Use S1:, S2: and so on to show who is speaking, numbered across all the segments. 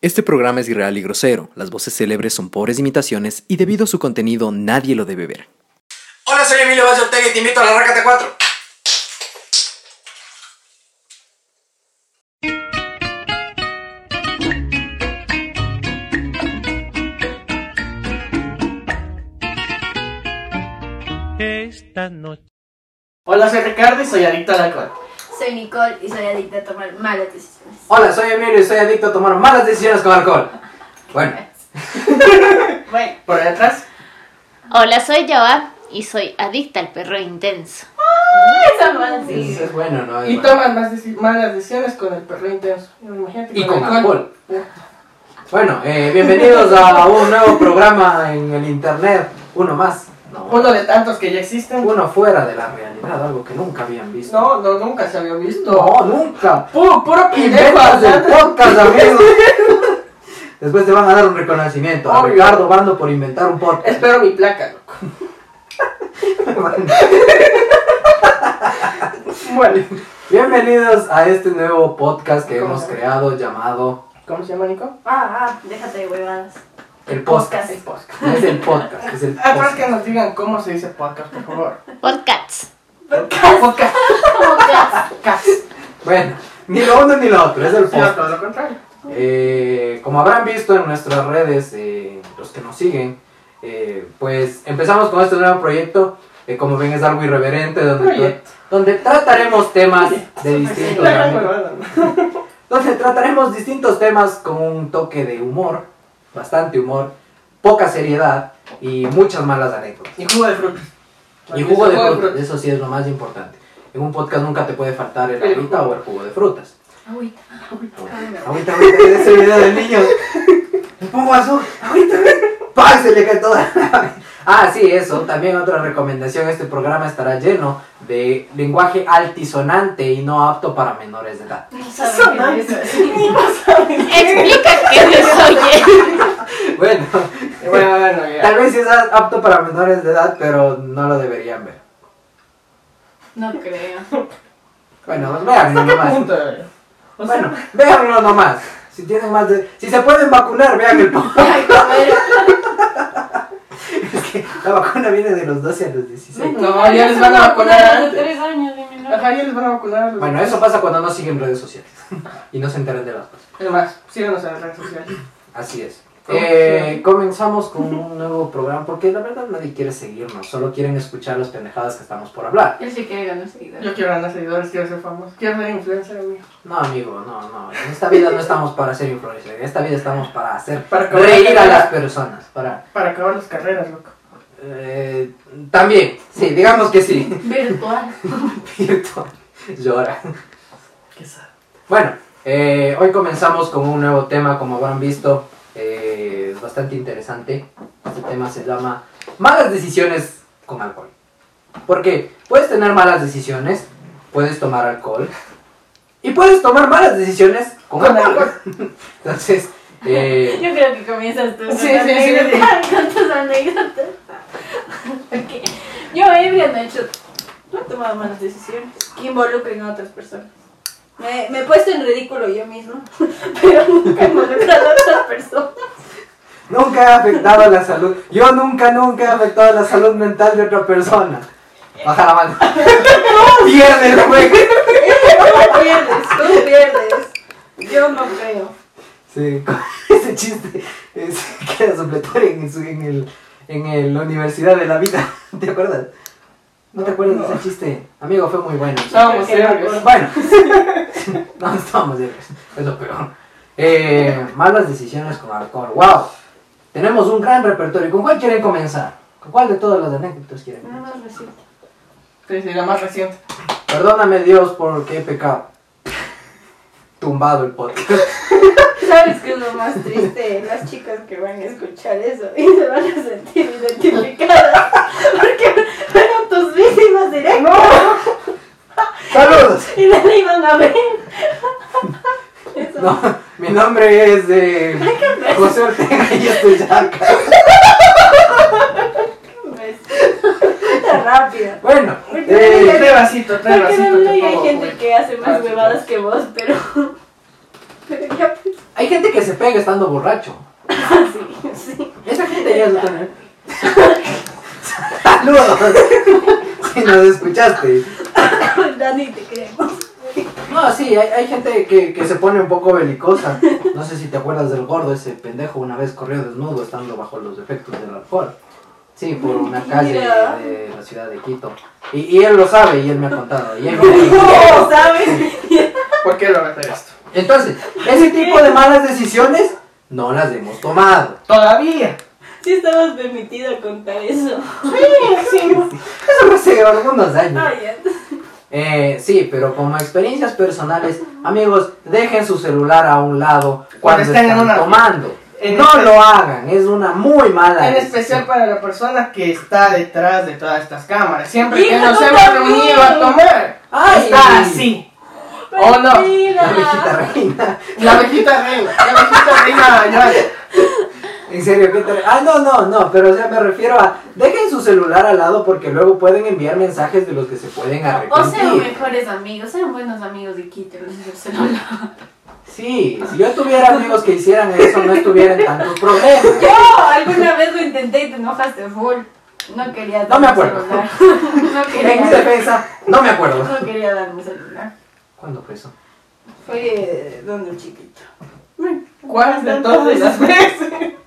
S1: Este programa es irreal y grosero, las voces célebres son pobres imitaciones y debido a su contenido nadie lo debe ver.
S2: Hola, soy Emilio Vázquez Ortega y te invito a la Rácata 4.
S3: Esta noche.
S4: Hola, soy Ricardo y soy adicto al alcohol.
S5: Soy Nicole y soy adicta a tomar malas decisiones.
S2: Hola, soy Emilio y soy adicto a tomar malas decisiones con alcohol. Bueno,
S4: Bueno, por ahí atrás.
S6: Hola, soy Joa y soy adicta al perro intenso.
S5: Esa mala
S2: eso es bueno, ¿no? Es
S4: Y
S2: bueno.
S4: toman más deci- malas decisiones con el perro intenso. Imagínate.
S2: Y con alcohol. Bueno, eh, bienvenidos a un nuevo programa en el internet. Uno más. No,
S4: Uno de tantos que ya existen.
S2: uno fuera de la realidad, algo que nunca habían visto.
S4: No, no, nunca se había visto.
S2: No, nunca.
S4: Puro, puro pendejo
S2: Inventas el
S4: hablando.
S2: podcast, amigos. Después te van a dar un reconocimiento. A
S4: Obvio.
S2: Ricardo Bando por inventar un podcast.
S4: Espero mi placa, loco. Bueno.
S2: Bienvenidos a este nuevo podcast que
S4: ¿Cómo
S2: hemos
S4: se llama?
S2: creado llamado
S4: ¿Cómo se llama, Nico?
S5: Ah, ah, déjate de huevadas.
S2: El Podcast.
S4: El podcast. Ah,
S2: No es el podcast, es el
S4: Atrás
S2: podcast.
S4: que nos digan cómo se dice podcast, por favor.
S6: Podcasts.
S4: Podcast. Podcast.
S2: Bueno, ni lo uno ni lo otro, es el
S4: Sí, no, todo
S2: podcast.
S4: lo contrario.
S2: Eh, como habrán visto en nuestras redes, eh, los que nos siguen, eh, pues empezamos con este nuevo proyecto. que como ven, es algo irreverente, donde,
S4: Proyecto.
S2: donde trataremos temas de
S4: Sí,
S2: distintos
S4: claro,
S2: ámbitos.
S4: bueno, bueno.
S2: donde trataremos distintos temas con un toque de humor, bastante humor, poca seriedad y muchas malas anécdotas.
S4: Y jugo de frutas.
S2: Y jugo de frutas,
S4: frutas.
S2: eso sí es lo más importante. En un podcast nunca te puede faltar el
S4: El
S2: agüita o el jugo de frutas.
S5: Agüita, agüita, agüita.
S2: Ahorita, ahorita, en ese video del niño. Me pongo azul. Ahorita, ¡pam! Se le cae toda. Ah, sí, eso. También otra recomendación. Este programa estará lleno de lenguaje altisonante y no apto para menores de edad.
S5: No saben qué es eso.
S6: Explica qué es eso, oye.
S2: Bueno,
S4: Y Bueno, bueno, ya.
S2: tal vez sí es apto para menores de edad, pero no lo deberían ver.
S5: No creo.
S2: Bueno, véanlo
S4: ¿Hasta qué
S2: nomás.
S4: punto? eh? O sea,
S2: Bueno, véanlo nomás. Si tienen más de... Si se pueden vacunar, vean el podcast.
S5: Ay, comer.
S2: Es que la vacuna viene de los 12 a los 16.
S4: No, ya les van a vacunar
S5: Hace
S4: antes.
S5: tres años, dime, no.
S4: Ajá, ya les van a vacunar. los-
S2: Bueno, eso pasa cuando no siguen redes sociales y no se enteran de las cosas.
S4: Es más, síganos en las redes sociales.
S2: Así es.
S4: ¿Cómo?
S2: Eh, comenzamos con un nuevo programa porque la verdad nadie quiere seguirnos, solo quieren escuchar las pendejadas que estamos por hablar.
S5: Yo sí quiero ganar seguidores.
S4: Yo quiero ganar seguidores, quiero ser famoso, quiero ser influencer, amigo.
S2: No, amigo, no, no. En esta vida no estamos para ser influencers, en esta vida estamos para hacer
S4: Para acabar
S2: reír
S4: la
S2: a
S4: carrera.
S2: las personas. Para,
S4: Para acabar las carreras, loco.
S2: eh, también, sí, digamos que sí.
S5: Virtual.
S2: Virtual. Llora.
S4: Qué sad.
S2: Bueno, eh, hoy comenzamos con un nuevo tema, como habrán visto, eh, es bastante interesante. Este tema se llama malas decisiones con alcohol. Porque puedes tener malas decisiones, puedes tomar alcohol y puedes tomar malas decisiones con,
S4: Con
S2: alcohol. Entonces, eh,
S5: Yo creo que comienzas tú. con
S4: Sí, sí,
S5: anécdotas, Con tus anécdotas. Ok. Yo, ebria, no he hecho. No he tomado malas decisiones que involucren a otras personas. Me, me he puesto en ridículo yo mismo, pero nunca he involucrado a otras personas.
S2: nunca he afectado a la salud. Yo nunca, nunca he afectado a la salud mental de otra persona. Baja la mano. Pierde el juego.
S5: Tú pierdes, tú pierdes. Yo no creo.
S2: Sí, con ese chiste es, que era supletorio en, su- en, el, en el- la Universidad de la Vida. ¿Te acuerdas? ¿No, te
S4: No,
S2: acuerdas
S4: no.
S2: de ese chiste? Amigo, fue muy bueno.
S4: Estábamos
S5: Creo que
S4: serios.
S5: no.
S2: Bueno, Pues, no estábamos serios, es lo peor. Eh, malas decisiones con alcohol. ¡Wow! Tenemos un gran repertorio. ¿Con cuál quieren comenzar? ¿Con cuál de todas las anécdotas quieren?
S5: Nada más reciente.
S4: Sí, sí, la más reciente.
S2: Perdóname, Dios, porque he pecado. Tumbado el podcast.
S5: ¿Sabes qué es lo más triste? Las chicas que van a escuchar eso y se van a sentir identificadas porque fueron tus víctimas directas
S2: ¡Saludos!
S5: y no la iban a ver. Eso.
S2: No, mi nombre es eh, José Ortega y estoy acá.
S5: Pues, puta rápido.
S2: Bueno,
S5: Porque
S2: eh,
S4: Trae este vasito, trae
S5: Porque
S4: vasito.
S5: no
S4: te
S5: hay
S4: pongo,
S5: gente
S4: güey.
S5: que hace más
S4: Ah, sí,
S5: huevadas que vos, pero. Pero ya pues.
S2: Hay gente que se pega estando borracho.
S5: sí, sí.
S2: Esa gente ya ¿eh? lo también. Saludos. si nos escuchaste.
S5: Dani, te queremos.
S2: No, sí, hay, hay gente que, que se pone un poco belicosa. No sé si te acuerdas del gordo, ese pendejo una vez corrió desnudo estando bajo los efectos del alcohol. Sí, por una calle
S5: Mira.
S2: de la ciudad de Quito. Y, y él lo sabe y él me ha contado. Y él me-
S5: No, ¿sabes?
S4: ¿Por qué lo van a hacer esto?
S2: Entonces, ese tipo de malas decisiones no las hemos tomado.
S4: Todavía.
S5: Sí estabas permitido contar eso.
S2: Eso fue hace algunos años.
S5: Ay, ya.
S2: Eh, sí, pero como experiencias personales, amigos, dejen su celular a un lado cuando están
S4: estén en una-
S2: tomando.
S4: en
S2: no
S4: espe-
S2: lo hagan, es una muy mala
S4: En
S2: decisión.
S4: especial para la persona que está detrás de todas estas cámaras. Siempre que
S5: Hija,
S4: nos
S5: tú
S4: hemos
S5: también.
S4: reunido a tomar,
S2: Ay.
S4: está así. Oh, no.
S2: La
S5: Mentira.
S2: abejita reina.
S4: La abejita reina, la abejita reina llora.
S2: En serio, ¿qué te... Ah, no, no, no, pero o sea, me refiero a... Dejen su celular al lado porque luego pueden enviar mensajes de los que se pueden
S5: O
S2: arrepentir.
S5: sean mejores amigos, sean buenos amigos y quítenles el celular.
S2: Sí, si yo tuviera amigos que hicieran eso, no estuvieran tantos problemas.
S5: Yo alguna vez lo intenté y te enojaste full. No quería
S2: No me
S5: darme
S2: acuerdo.
S5: celular. No
S2: En mi
S5: quería,
S2: defensa, no me acuerdo.
S5: no quería darme celular.
S2: ¿Cuándo fue eso?
S5: Fue donde un chiquito.
S4: ¿Cuál de todas las veces?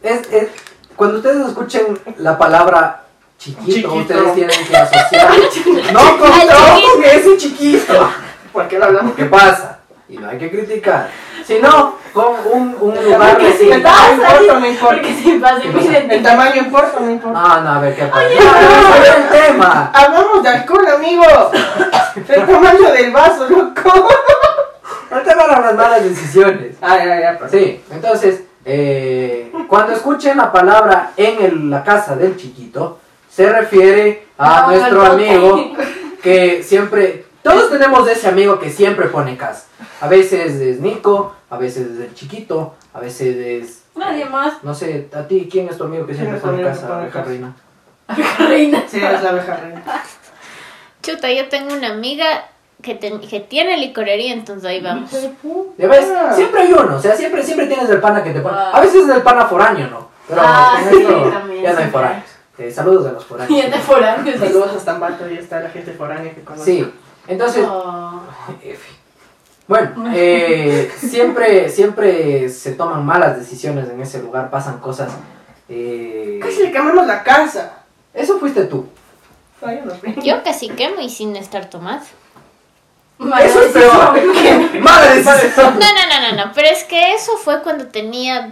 S2: Es, es- cuando ustedes escuchen la palabra chiquito,
S4: Chiquito.
S2: ustedes tienen que asociar. no con,
S6: Al
S2: no
S6: chiquito.
S2: con ese chiquito.
S4: ¿Por qué lo hablamos?
S2: ¿Qué pasa? Y no hay que criticar. Sino con un, un lugar
S5: Porque
S2: así.
S5: si
S4: El tamaño importa, no importa.
S5: Porque si pasa,
S2: ¿Qué pasa?
S5: miren,
S4: El tamañio importa, no importa.
S2: Ah, No, no, a ver qué pasa. No, ese es el tema.
S4: Hablamos de alcohol, amigo. El tamaño del vaso, loco.
S2: Ahorita van las malas decisiones.
S4: Ah, ya, ya, perdón.
S2: Sí, entonces, eh, cuando escuchen la palabra en el- la casa del chiquito, se refiere a
S5: No,
S2: ah, nuestro
S5: no, no.
S2: amigo que siempre, todos tenemos ese amigo que siempre pone casa. A veces es Nico, a veces es el chiquito, a veces es...
S5: nadie más.
S2: No sé, a ti, ¿quién es tu amigo que
S4: ¿Quién
S2: siempre
S4: es tu
S2: pone
S4: amigo que
S2: casa,
S4: pone
S2: Reja
S4: casa?
S2: Reina?
S5: Reina.
S4: Sí, es la abeja reina.
S6: Chuta, yo tengo una amiga que, ten- que tiene licorería, entonces ahí vamos.
S2: ¿Ya ves?
S4: Ah.
S2: Siempre hay uno, o sea, siempre, siempre tienes el pana que te pone...
S5: Ah.
S2: A veces es el pana foráneo, ¿no? Pero
S5: Ah,
S2: con
S5: sí,
S2: esto
S5: también,
S2: ya no hay
S5: siempre.
S2: foráneos. Eh, saludos a los
S5: Y anda
S2: foráneos.
S5: foráneos.
S4: Saludos hasta Ambato, y está la gente foránea que conoce.
S2: Sí, entonces...
S5: Oh.
S2: F. Bueno, eh, siempre, siempre se toman malas decisiones en ese lugar, pasan cosas. eh,
S4: Casi le quemamos la casa.
S2: eso fuiste tú.
S4: Ay, no.
S6: Yo casi quemo y sin estar tomada.
S5: Mala
S2: eso es peor. Mala decisión.
S6: No, no, no, no, no, pero es que eso fue cuando tenía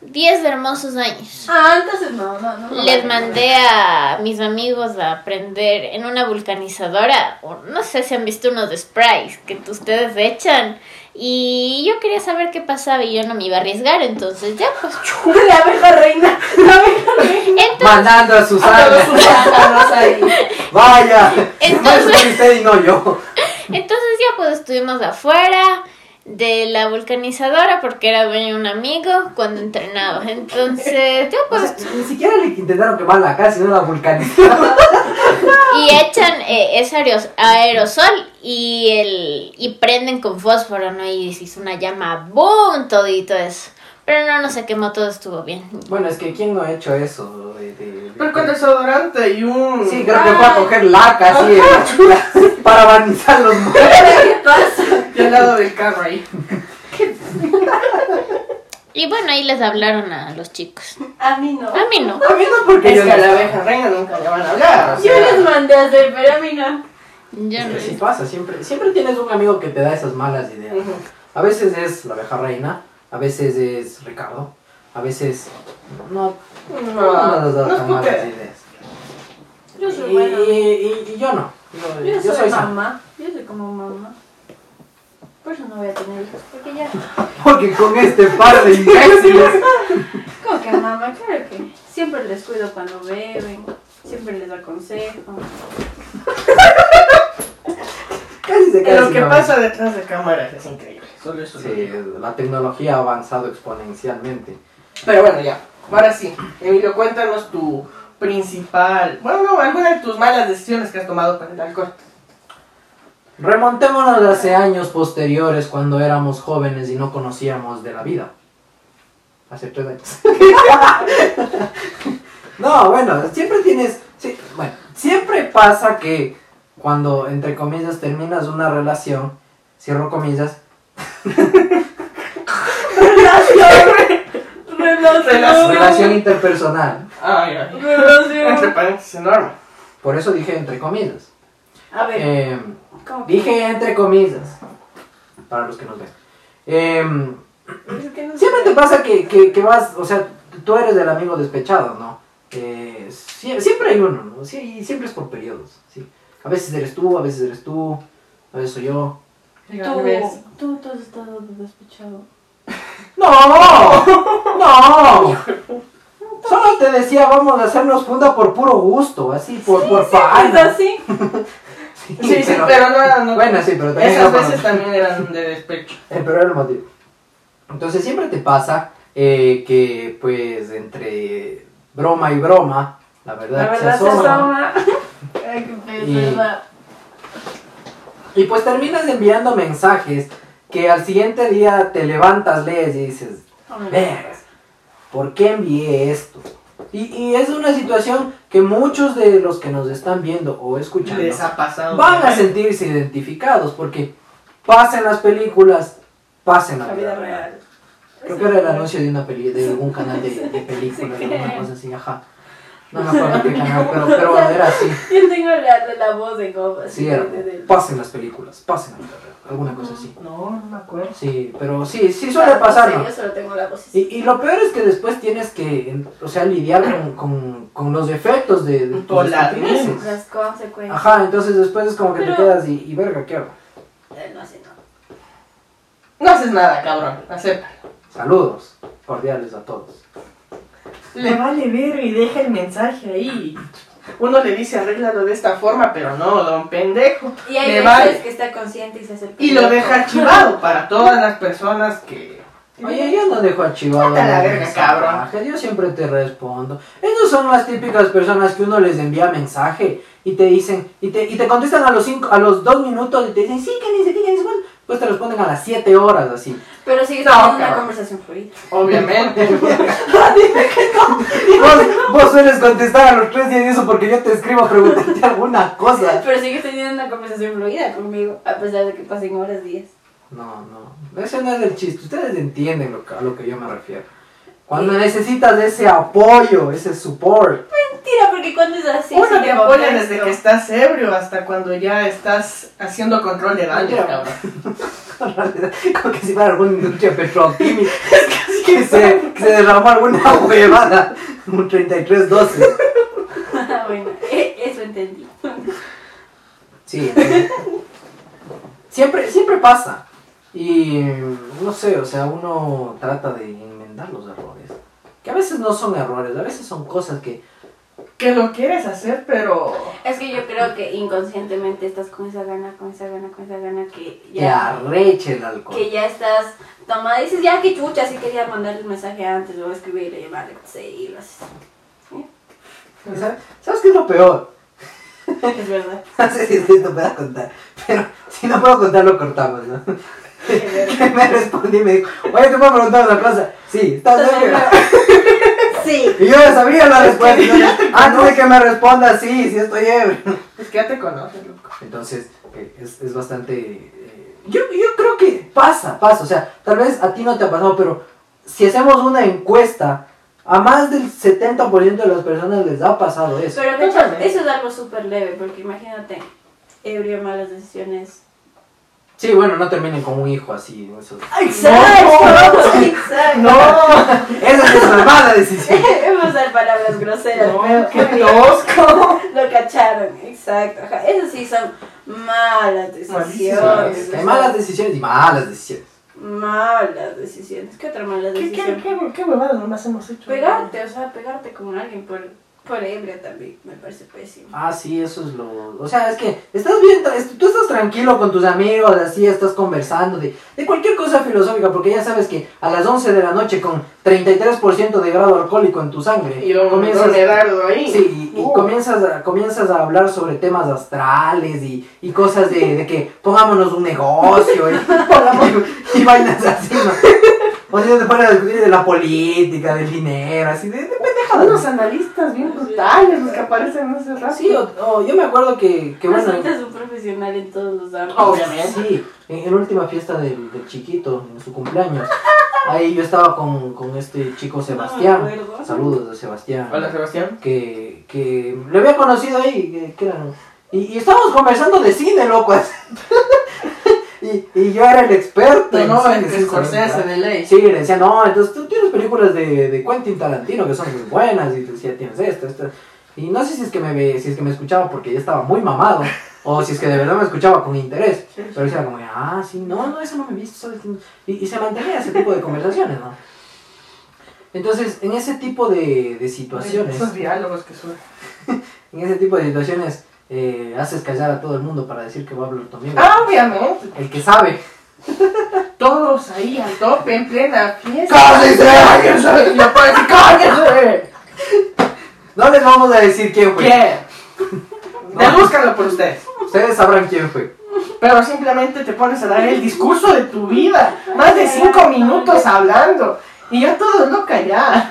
S6: 10 hermosos años.
S5: Ah, entonces no, no, no.
S6: Les mandé a mis amigos a aprender en una vulcanizadora, o no sé si han visto unos sprays que t- ustedes echan. Y yo quería saber qué pasaba y yo no me iba a arriesgar, entonces ya pues.
S5: La abeja reina. La abeja reina.
S6: Entonces,
S2: Mandando a Susana. Vaya.
S6: Entonces-
S2: Mal fue usted y no yo.
S6: entonces ya pues estuvimos afuera de la vulcanizadora porque era dueño de un amigo cuando entrenaba. Entonces ya
S2: O
S6: pues
S2: sea, ni siquiera le intentaron quemar la casa, sino la vulcanizaron.
S6: Y echan eh, ese aeros- aerosol y el y prenden con fósforo, ¿no? Y se hizo una llama, ¡boom! Todito eso. Pero no, no se quemó, todo estuvo bien.
S2: Bueno, es que ¿quién no ha hecho eso? De- de- de-
S4: Pero con desodorante y un.
S2: Sí, creo que fue a coger laca así eh, para barnizar los muebles.
S5: ¿Qué pasa?
S4: Y al lado del carro ahí.
S6: Y bueno, ahí les hablaron a los chicos.
S5: A mí no.
S6: A mí no.
S4: Ah,
S2: A mí no porque
S4: Es
S2: yo
S4: que a
S2: no
S4: la
S2: estaba.
S4: abeja reina nunca le van a hablar. o
S5: Yo
S4: sea.
S5: les mandé a hacer, pero a mí no.
S6: Yo
S2: Es
S6: no.
S2: que sí pasa, siempre, siempre tienes un amigo que te da esas malas ideas.
S4: Ujú.
S2: A veces es la abeja reina, a veces es Ricardo, a veces no, no nos da
S4: No,
S2: tan
S4: no
S2: malas
S4: es
S2: ideas.
S5: Yo soy
S2: Y,
S5: buena.
S2: y- y yo no, yo,
S5: Yo
S2: yo
S5: soy,
S2: soy sano.
S5: mamá. Yo soy como mamá. Por eso no voy a tener hijos, porque ya.
S2: Porque con este par de imbéciles.
S5: Como que mamá, claro que. Siempre les cuido cuando beben, siempre les aconsejo.
S2: Casi se queda
S4: Lo
S2: sin
S4: que
S2: mamá.
S4: pasa detrás de cámaras es increíble. Solo eso. lo
S2: Sí,
S4: digo.
S2: la tecnología ha avanzado exponencialmente.
S4: Pero bueno, ya. Ahora sí. Emilio, cuéntanos tu principal. Bueno, no, alguna de tus malas decisiones que has tomado con el alcohol.
S2: Remontémonos de hace años posteriores cuando éramos jóvenes y no conocíamos de la vida. Hace tres años. no, bueno, siempre tienes. sí, bueno, siempre pasa que cuando, entre comillas, terminas una relación, cierro comillas,
S4: Relación.
S2: relación interpersonal.
S4: Ay, ay. Entre
S5: Relación.
S4: Este paréntesis enorme.
S2: Por eso dije entre comillas.
S5: A ver,
S2: Em,
S5: ¿cómo que?
S2: dije entre comillas. Para los que nos ven. Em,
S5: Es que no sé.
S2: Siempre te pasa que, que- que vas, o sea, tú eres del amigo despechado, ¿no? Eh, sie- siempre hay uno, ¿no? Sí, y siempre es por periodos, ¿sí? A veces eres tú, a veces eres tú, a veces soy yo.
S5: Tú, tú, tú has estado despechado.
S2: ¡No! ¡No! Solo te decía, vamos a hacernos funda por puro gusto, así, por, por
S5: ¿Es
S4: pues,
S2: pana.
S5: así?
S2: Sí,
S4: Sí, sí, pero no eran.
S2: Bueno, sí, pero también
S4: Esas
S2: era
S4: veces
S2: por-
S4: también eran de despecho.
S2: Eh, pero era el motivo. Entonces siempre te pasa eh, que, pues, entre broma y broma, la verdad,
S5: La verdad se
S2: asoma.
S5: asoma. Ay, qué feo, es
S2: Y-
S5: verdad.
S2: Y pues terminas enviando mensajes que al siguiente día te levantas, lees y dices, "Vergas, ¿por qué envié esto? Y, y es una situación que muchos de los que nos están viendo o escuchando
S4: Les ha pasado.
S2: van a sentirse identificados porque pasan las películas, pasan la vida real. Creo que era el anuncio de una peli de algún canal de, de películas, alguna cosa así, ajá. No me acuerdo qué canal, pero, pero era así.
S5: Yo tengo la, la, la voz de Gob. así
S2: Sí,
S5: de-
S2: era,
S5: de- de-
S2: pasen las películas, pasen la vida real, alguna cosa así.
S4: No, no me acuerdo.
S2: Sí, pero sí, sí suele pasar,
S5: Sí,
S2: ¿no?
S5: yo solo tengo la voz.
S2: Y, y lo peor es que después tienes que, en- o sea, lidiar con, con, con los efectos de, de tus
S4: Con las
S2: estupideces.
S5: Las consecuencias.
S2: Ajá, entonces después es como que te
S5: Pero-
S2: quedas y, y verga, ¿qué hago?
S5: Eh, No sé, no.
S4: No haces nada, cabrón. Acepta.
S2: Saludos cordiales a todos.
S4: Le vale ver y deja el mensaje ahí. Uno le dice arréglalo de esta forma, pero no, don pendejo.
S5: Y hay
S4: Le
S5: veces
S4: vale.
S5: que está consciente y se hace el
S4: Y lo
S5: pendejo.
S4: deja archivado para todas las personas que.
S2: Oye, yo no dejo archivado
S4: Vete a la
S2: los
S4: verga, cabrón.
S2: mensajes, yo siempre te respondo. Esas son las típicas personas que uno les envía mensaje y te dicen, y te, y te contestan a los cinco, a los dos minutos y te dicen, sí, que ni se diga, ni se cuál". Pues te responden a las siete horas, así.
S5: Pero sigue
S4: No,
S5: teniendo una
S4: cabrón.
S5: conversación fluida.
S4: Obviamente.
S2: Vos, vos sueles contestar a los tres días y eso porque yo te escribo a preguntarte alguna cosa.
S5: Pero sigue teniendo una conversación fluida conmigo, a pesar de que pasen horas, días.
S2: No, no, ese no es el chiste. Ustedes entienden lo que- a lo que yo me refiero. Cuando necesitas de ese apoyo, ese support.
S5: Mentira, porque cuando es así.
S4: Uno
S5: sí
S4: te
S5: le
S4: apoya
S5: contesto.
S4: desde que estás ebrio hasta cuando ya estás haciendo control de daños,
S2: Mira.
S4: cabrón.
S2: Como que si fuera alguna industria petroquímica que se, que se derramó alguna huevada. Un 3312.
S5: Ah, bueno, eh, eso entendí.
S2: Sí. Siempre, siempre pasa. Y no sé, o sea, uno trata de enmendar los errores. Que a veces no son errores, a veces son cosas que
S4: Que lo quieres hacer, pero.
S5: Es que yo creo que inconscientemente estás con esa gana, con esa gana, con esa gana que
S2: te arreche el alcohol.
S5: que ya estás tomada y dices, ya que chucha, sí quería mandarle un mensaje antes, o escribirle, llamarle, que sé, y pues, lo haces.
S2: ¿Y ¿Sabes, ¿Sabes qué es lo peor?
S5: Es verdad,
S2: No sé si esto pueda contar, pero si no puedo contar lo cortamos, ¿no?
S5: es verdad.
S2: Que me respondió y me dijo, oye, te puedo preguntar una cosa. Sí, ¿estás
S5: Entonces,
S2: ebrio?
S5: no. Sí,
S2: Y yo ya sabía la respuesta.
S4: que ya te
S2: Antes de que me responda, sí, sí estoy ebrio.
S4: Es pues, que ya te conoces, loco.
S2: Entonces, eh, es, es bastante... eh, yo, yo creo que pasa, pasa. O sea, tal vez a ti no te ha pasado, pero si hacemos una encuesta, a más del 70% de las personas les ha pasado eso.
S5: pero de hecho,
S4: Totalmente.
S5: eso es algo súper leve, porque imagínate, ebrio, malas decisiones.
S2: Sí, bueno, no terminen con un hijo así. Eso,
S5: ¡Exacto! ¡Exacto!
S4: ¡No!
S2: esa es una mala decisión.
S5: Vamos a usar palabras groseras, pero
S4: ¡No! ¡Qué tosco!
S5: lo cacharon, exacto. Ajá. Esas sí son malas decisiones.
S4: Malísimas.
S2: Hay malas decisiones y malas decisiones.
S5: Malas decisiones. ¿Qué otra mala
S4: ¿Qué,
S5: decisión?
S4: qué, qué, qué huevadas nomás hemos hecho?
S5: Pegarte, o sea, pegarte con alguien por Por ebria también, me parece pésimo.
S2: Ah, sí, eso es lo... O sea, es que estás bien, tra- es- tú estás tranquilo con tus amigos, así estás conversando de, de cualquier cosa filosófica, porque ya sabes que a las 11 de la noche con 33% de grado alcohólico en tu sangre,
S4: Y luego me
S2: comienzas,
S4: dardo ahí.
S2: sí, y, y
S4: Uh.
S2: comienzas, a, comienzas a hablar sobre temas astrales y, y cosas de, de que pongámonos un negocio y, y, vainas así, ¿no? O sea, te pones a discutir de la política, del dinero, así, de, de pendejadas.
S4: Unos analistas bien brutales los que aparecen hace rato.
S2: Ah, Sí, o, o yo me acuerdo que, que bueno, oh,
S5: Resulta un profesional en todos los ámbitos.
S4: Ah, Obviamente.
S2: sí, en, en la última fiesta del, del chiquito, en su cumpleaños, ahí yo estaba con, con este
S4: Ah,
S2: chico
S5: No me
S2: Sebastián,
S5: acuerdo.
S2: saludos de Sebastián,
S4: Hola, Sebastián.
S2: que, que lo había conocido ahí, que, que era- y, y estábamos conversando de cine, loco, así. y, y yo era el experto,
S4: Te
S2: ¿no?
S4: no, en
S2: Sí, sí,
S4: Scorsese
S2: sí.
S4: de ley.
S2: Sí, le decía, no, entonces tú tienes películas de, de Quentin Tarantino que son muy buenas, y te decía, tienes esto, esto. Y no sé si es que me ve- si es que me escuchaba porque ya estaba muy mamado, o si es que de verdad me escuchaba con interés. Pero decía como, ah, sí, no, no, eso no me he visto. ¿sabes? Y, y se mantenía ese tipo de conversaciones, ¿no? Entonces, en ese tipo de, de situaciones,
S4: Esos diálogos que suelen.
S2: en ese tipo de situaciones, eh, haces callar a todo el mundo para decir que va a hablar tu amigo.
S4: Ah, obviamente.
S2: El que sabe.
S4: Todos ahí al tope, en plena fiesta.
S2: ¡Cállense! ¡Cállense! Y aparece, ¡Cállense! No les vamos a decir quién fue.
S4: ¿Qué? Ya búscalo por ustedes.
S2: Ustedes sabrán quién fue.
S4: Pero simplemente te pones a dar el discurso de tu vida. Más de cinco minutos hablando. Y yo todo loca ya.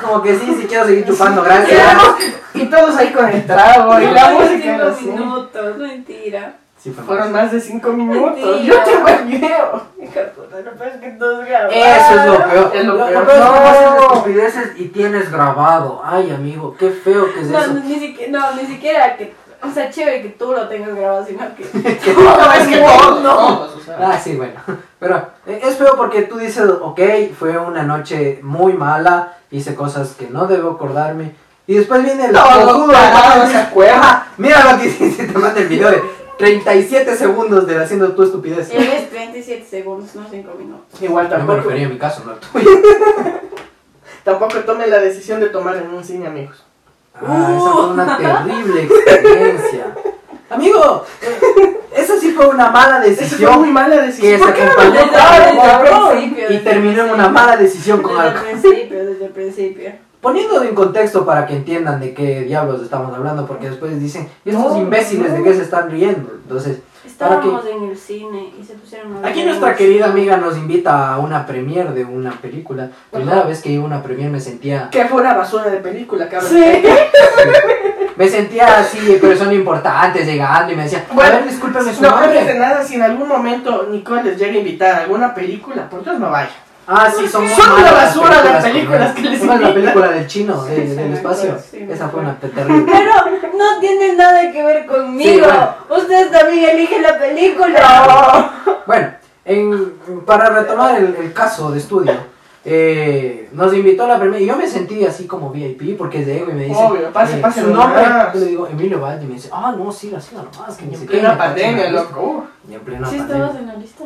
S2: Como que sí, sí quiero seguir chupando, gracias.
S4: Quedamos- Y todos ahí con el trago y
S5: No,
S4: la
S5: fueron
S4: música.
S5: cinco
S4: no sé.
S5: minutos, mentira.
S2: Sí, fue
S4: Fueron más de cinco minutos.
S5: Sí.
S4: Yo tengo el video.
S5: Hija puta, no puedes que
S2: Eh,
S5: todos grabaron.
S2: Eso es lo peor.
S4: Ah, Es lo
S2: Lo- lo
S4: peor.
S2: peor es cuando
S4: No.
S2: haces estupideces y tienes grabado. Ay, amigo, qué feo que es
S5: No,
S2: pues eso.
S5: no, ni siquiera, no, ni siquiera que. O sea, chévere que tú lo tengas grabado, sino que.
S4: No, es que todos. todos, o sea.
S2: Ah, sí, bueno. Pero eh, es feo porque tú dices, ok, fue una noche muy mala, hice cosas que no debo acordarme. Y después viene el
S4: No,
S2: cojudo
S4: no,
S2: hermano,
S4: no se acuerda.
S2: "Ah, Mira lo que hiciste, te manda el video de 37 segundos de haciendo tu estupidez.
S5: Tienes 37 segundos, no 5 minutos.
S4: Igual
S2: Yo me
S4: Eh, tampoco.
S2: refería a mi caso, no al tuyo.
S4: Tampoco tomen la decisión de tomar en un cine, amigos.
S2: Ah, esa fue una terrible experiencia. Amigo, eh, esa sí fue una mala
S4: Esa fue
S2: decisión
S4: muy mala
S2: que
S4: decisión.
S2: se
S4: ¿Por qué no
S2: acompañó
S5: desde-
S2: con
S5: desde el
S2: alcohol
S5: principio,
S2: y
S5: desde el
S2: terminó en una
S5: principio?
S2: mala decisión con
S5: Desde el
S2: alcohol.
S5: principio, desde el principio.
S2: Poniéndolo en contexto para que entiendan de qué diablos estamos hablando, porque después dicen, ¿y estos
S4: No,
S2: imbéciles de
S4: no.
S2: qué se están riendo? Entonces,
S5: Estábamos en el cine y se pusieron a hablar
S2: Aquí
S5: en
S2: nuestra
S5: el
S2: querida
S5: cine.
S2: amiga nos invita a una premiere de una película. Primera vez que iba a una premiere me sentía
S4: Que fue una basura de película, cabrón.
S5: Sí.
S2: me sentía así, persona importante llegando y me decía, a
S4: Bueno,
S2: ver, discúlpeme su
S4: No, antes de
S2: nombre.
S4: nada, si en algún momento Nicole les llega a invitar a alguna película, por Dios no vaya.
S2: Ah, sí, son muy
S4: Son una
S2: malas
S4: basura las películas
S2: con
S4: que les
S2: ¿Cómo es la
S4: invitan?
S2: película del chino, de-
S5: Sí, sí,
S2: del
S5: me
S2: espacio?
S5: acuerdo, sí, me
S2: Esa fue
S5: acuerdo.
S2: una terrible.
S5: Pero no tiene nada que ver conmigo.
S2: Sí, bueno.
S5: Ustedes también eligen la película.
S2: Bueno, en- para retomar el, el caso de estudio, eh, nos invitó a la primera y yo me sentí así como VIP porque llego y me dice, eh,
S4: Obvio, pase, pase
S2: su
S4: nomás.
S2: nombre, yo le digo Emilio Valdi y me dice, ah, no, sí, así nomás, que ni
S4: En
S2: se
S4: plena pandemia, loco. Uh,
S2: Y en plena
S5: ¿Sí estabas
S2: pandemia.
S5: en la lista?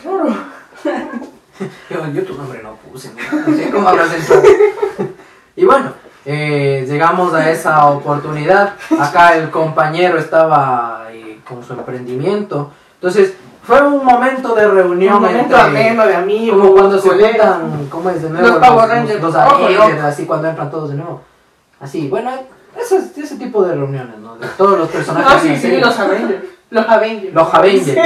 S4: claro.
S2: Yo, yo tu nombre no puse, no, no sé cómo habrás entrado. y bueno, eh, llegamos a esa oportunidad. Acá el compañero estaba eh, con su emprendimiento. Entonces, fue un momento de reunión.
S4: Un momento
S2: entre-
S4: ameno de amigos.
S2: Como cuando se
S4: colegas.
S2: juntan, ¿cómo es de nuevo?
S4: Los Power Rangers.
S2: Los,
S4: Ojo,
S2: Avengers,
S4: loco.
S2: así cuando entran todos de nuevo. Así, bueno, eso es- ese tipo de reuniones, ¿no? De todos los personajes.
S4: No,
S2: de
S4: Ah, sí,
S2: la
S4: sí,
S2: serie.
S4: los Avengers. Los Avengers.
S2: Los Avengers.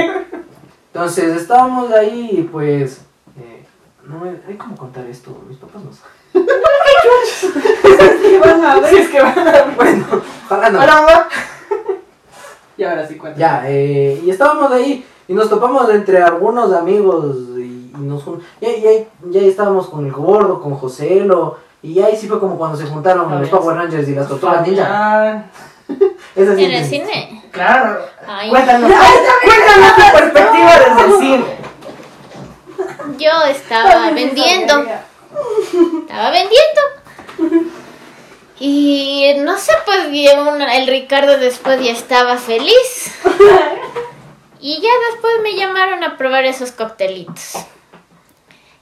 S2: Entonces estábamos ahí y pues. eh, no me. Hay como contar esto, mis papás no saben.
S4: Sí, van a ver. Sí, es que van a ver.
S2: Bueno, ojalá no.
S4: Hola, mamá. Y ahora sí cuenta.
S2: Ya, eh, y estábamos ahí y nos topamos entre algunos amigos y, y nos jun- y, ahí- y ahí- y ahí estábamos con el gordo, con Joselo. Y ahí sí fue como cuando se juntaron los Power Rangers y las tortugas ninja.
S4: Fabián.
S2: Esa sí
S6: En el
S2: es-
S6: cine.
S4: Claro.
S6: Ay.
S4: Cuéntanos. Cuéntanos tu perspectiva desde el cine.
S6: Yo estaba Ah, vendiendo. Estaba vendiendo. Y no sé, pues y un- el Ricardo después ya estaba feliz. Y ya después me llamaron a probar esos coctelitos.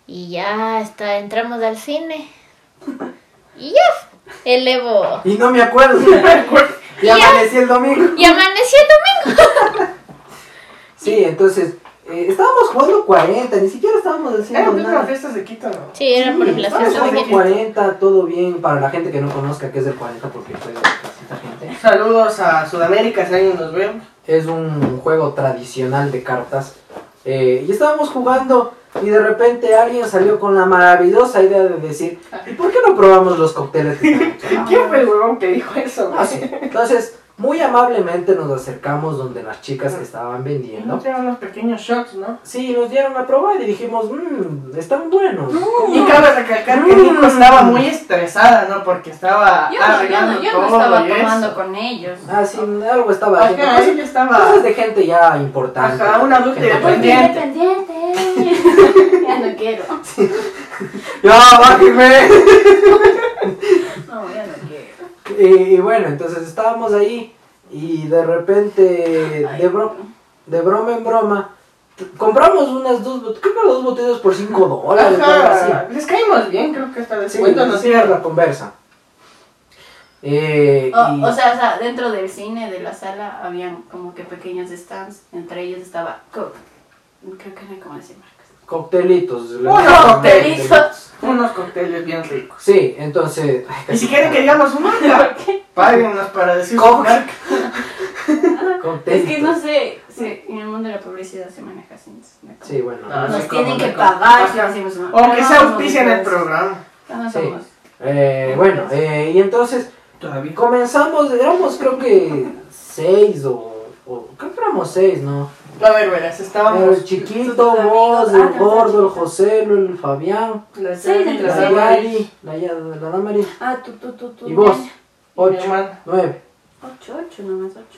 S6: Y ya está, entramos al cine. Y ya, El Evo.
S2: Y no me acuerdo. y amanecí el domingo.
S6: Y amaneció el domingo.
S2: Sí, entonces, eh, estábamos jugando 40, ni siquiera estábamos
S4: Era
S2: haciendo
S4: por las
S2: nada.
S4: fiestas de Quito, ¿no?
S6: Sí, era por las
S2: Estábamos
S6: fiestas de
S2: jugando
S6: Quito.
S2: 40, todo bien, para la gente que no conozca que es del 40 porque juega bastante gente.
S4: Saludos a Sudamérica, si alguien nos ve.
S2: Es un juego tradicional de cartas. eh, y estábamos jugando y de repente alguien salió con la maravillosa idea de decir, ¿y por qué no probamos los cócteles? que tenemos acá?"
S4: ¿Quién fue el huevón que dijo eso? güey?
S2: Ah, sí. Entonces, muy amablemente nos acercamos donde las chicas que estaban vendiendo.
S4: Nos dieron unos pequeños shots, ¿no?
S2: Sí, nos dieron a probar y dijimos, mmm, están buenos.
S4: Y cabe recalcar que
S2: Mm.
S4: Nico estaba muy estresada, ¿no? Porque estaba
S5: Yo no, yo
S4: arreglando
S5: no, yo no
S4: todo
S5: estaba
S4: y eso.
S5: tomando con ellos.
S2: Ah, sí, algo estaba Pues, haciendo.
S4: Ajá,
S2: Cosas,
S4: ella estaba...
S2: cosas de gente ya importante.
S4: Ajá, un adulto
S2: Gente
S5: Porque
S4: independiente.
S2: grande.
S5: independiente. ya no quiero.
S2: ¡Ya, bájeme!
S5: No, ya no quiero.
S2: y, y bueno, entonces estábamos ahí y de repente, de, bro- de broma en broma, t- compramos unas dos, bot- creo que dos botellas por 5 dólares, o algo así.
S4: Ajá, les caímos bien, creo que hasta
S2: Sí,
S4: descuento nos
S2: sí, era la conversa. Eh,
S4: Oh,
S2: y-
S5: O, o sea, o sea, dentro del cine, de la sala, habían como que pequeños stands. Entre ellos estaba Coke. Creo que era como decir marcas.
S2: Coctelitos. le
S4: Unos
S2: llaman
S5: coctelitos.
S4: unos cócteles bien ricos.
S2: Sí, entonces.
S4: Y si quieren que digamos un marca, páguennos para decir su
S2: Coke.
S4: marca.
S2: Coctelitos.
S5: Es que no sé, sí, en el mundo de la publicidad se maneja así. entonces, no como-
S2: Sí, bueno.
S4: No,
S5: Nos
S4: sí,
S5: tienen
S4: como
S5: que
S4: no.
S5: pagar si
S4: Ajá.
S5: hacemos una-
S4: O que
S5: no
S4: se
S5: somos
S4: auspicien el
S5: ustedes.
S4: programa.
S5: No
S2: Sí.
S5: somos.
S2: Eh, bueno, eh, y entonces
S4: Todavía.
S2: comenzamos, éramos creo que seis o. o- creo que éramos seis, ¿no?
S4: A ver, verás, estábamos.
S2: El chiquito,
S5: tus
S2: vos,
S5: amigos, ah,
S2: el
S5: no,
S2: gordo, el
S5: chiquito.
S2: José, el Fabián,
S4: La
S5: Sí, de
S4: Yari,
S5: los
S2: la
S5: José.
S2: Yari, la, Ya- la Damari,
S5: Ah, tú, tú, tú, tú.
S2: y vos.
S5: ya.
S2: Ocho,
S4: Mi hermano.
S2: nueve.
S5: Ocho, ocho, nomás ocho.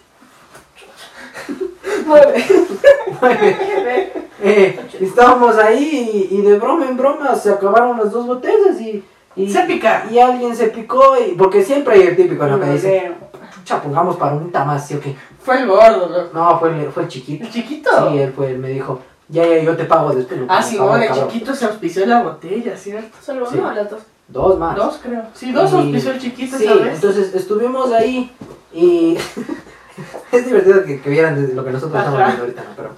S2: Eh, estábamos ahí y, y de broma en broma se acabaron las dos botellas y, y,
S4: Se pica.
S2: y alguien se picó y porque siempre hay el típico en lo que
S5: No
S2: dice,
S5: veo.
S2: pucha, pongamos para un más, ¿sí o qué?
S4: Fue el gordo, loco.
S2: No, fue el, fue el chiquito.
S4: ¿El chiquito?
S2: Sí, él fue, él me dicho, ya, ya, yo te pago después. lo que
S4: ah,
S2: me
S4: sí,
S2: paga,
S4: bueno, el
S2: cabrón".
S4: chiquito se auspició la botella, ¿cierto?
S5: Solo
S2: Sí.
S5: uno o las dos.
S2: Dos más.
S4: Dos, creo. Sí, dos
S2: Y-
S4: auspició el chiquito,
S2: Ah. Sí,
S4: ¿sabes?
S2: entonces estuvimos ahí y es divertido que, que vieran desde lo que nosotros estamos
S4: Ajá.
S2: viendo ahorita, ¿no? Pero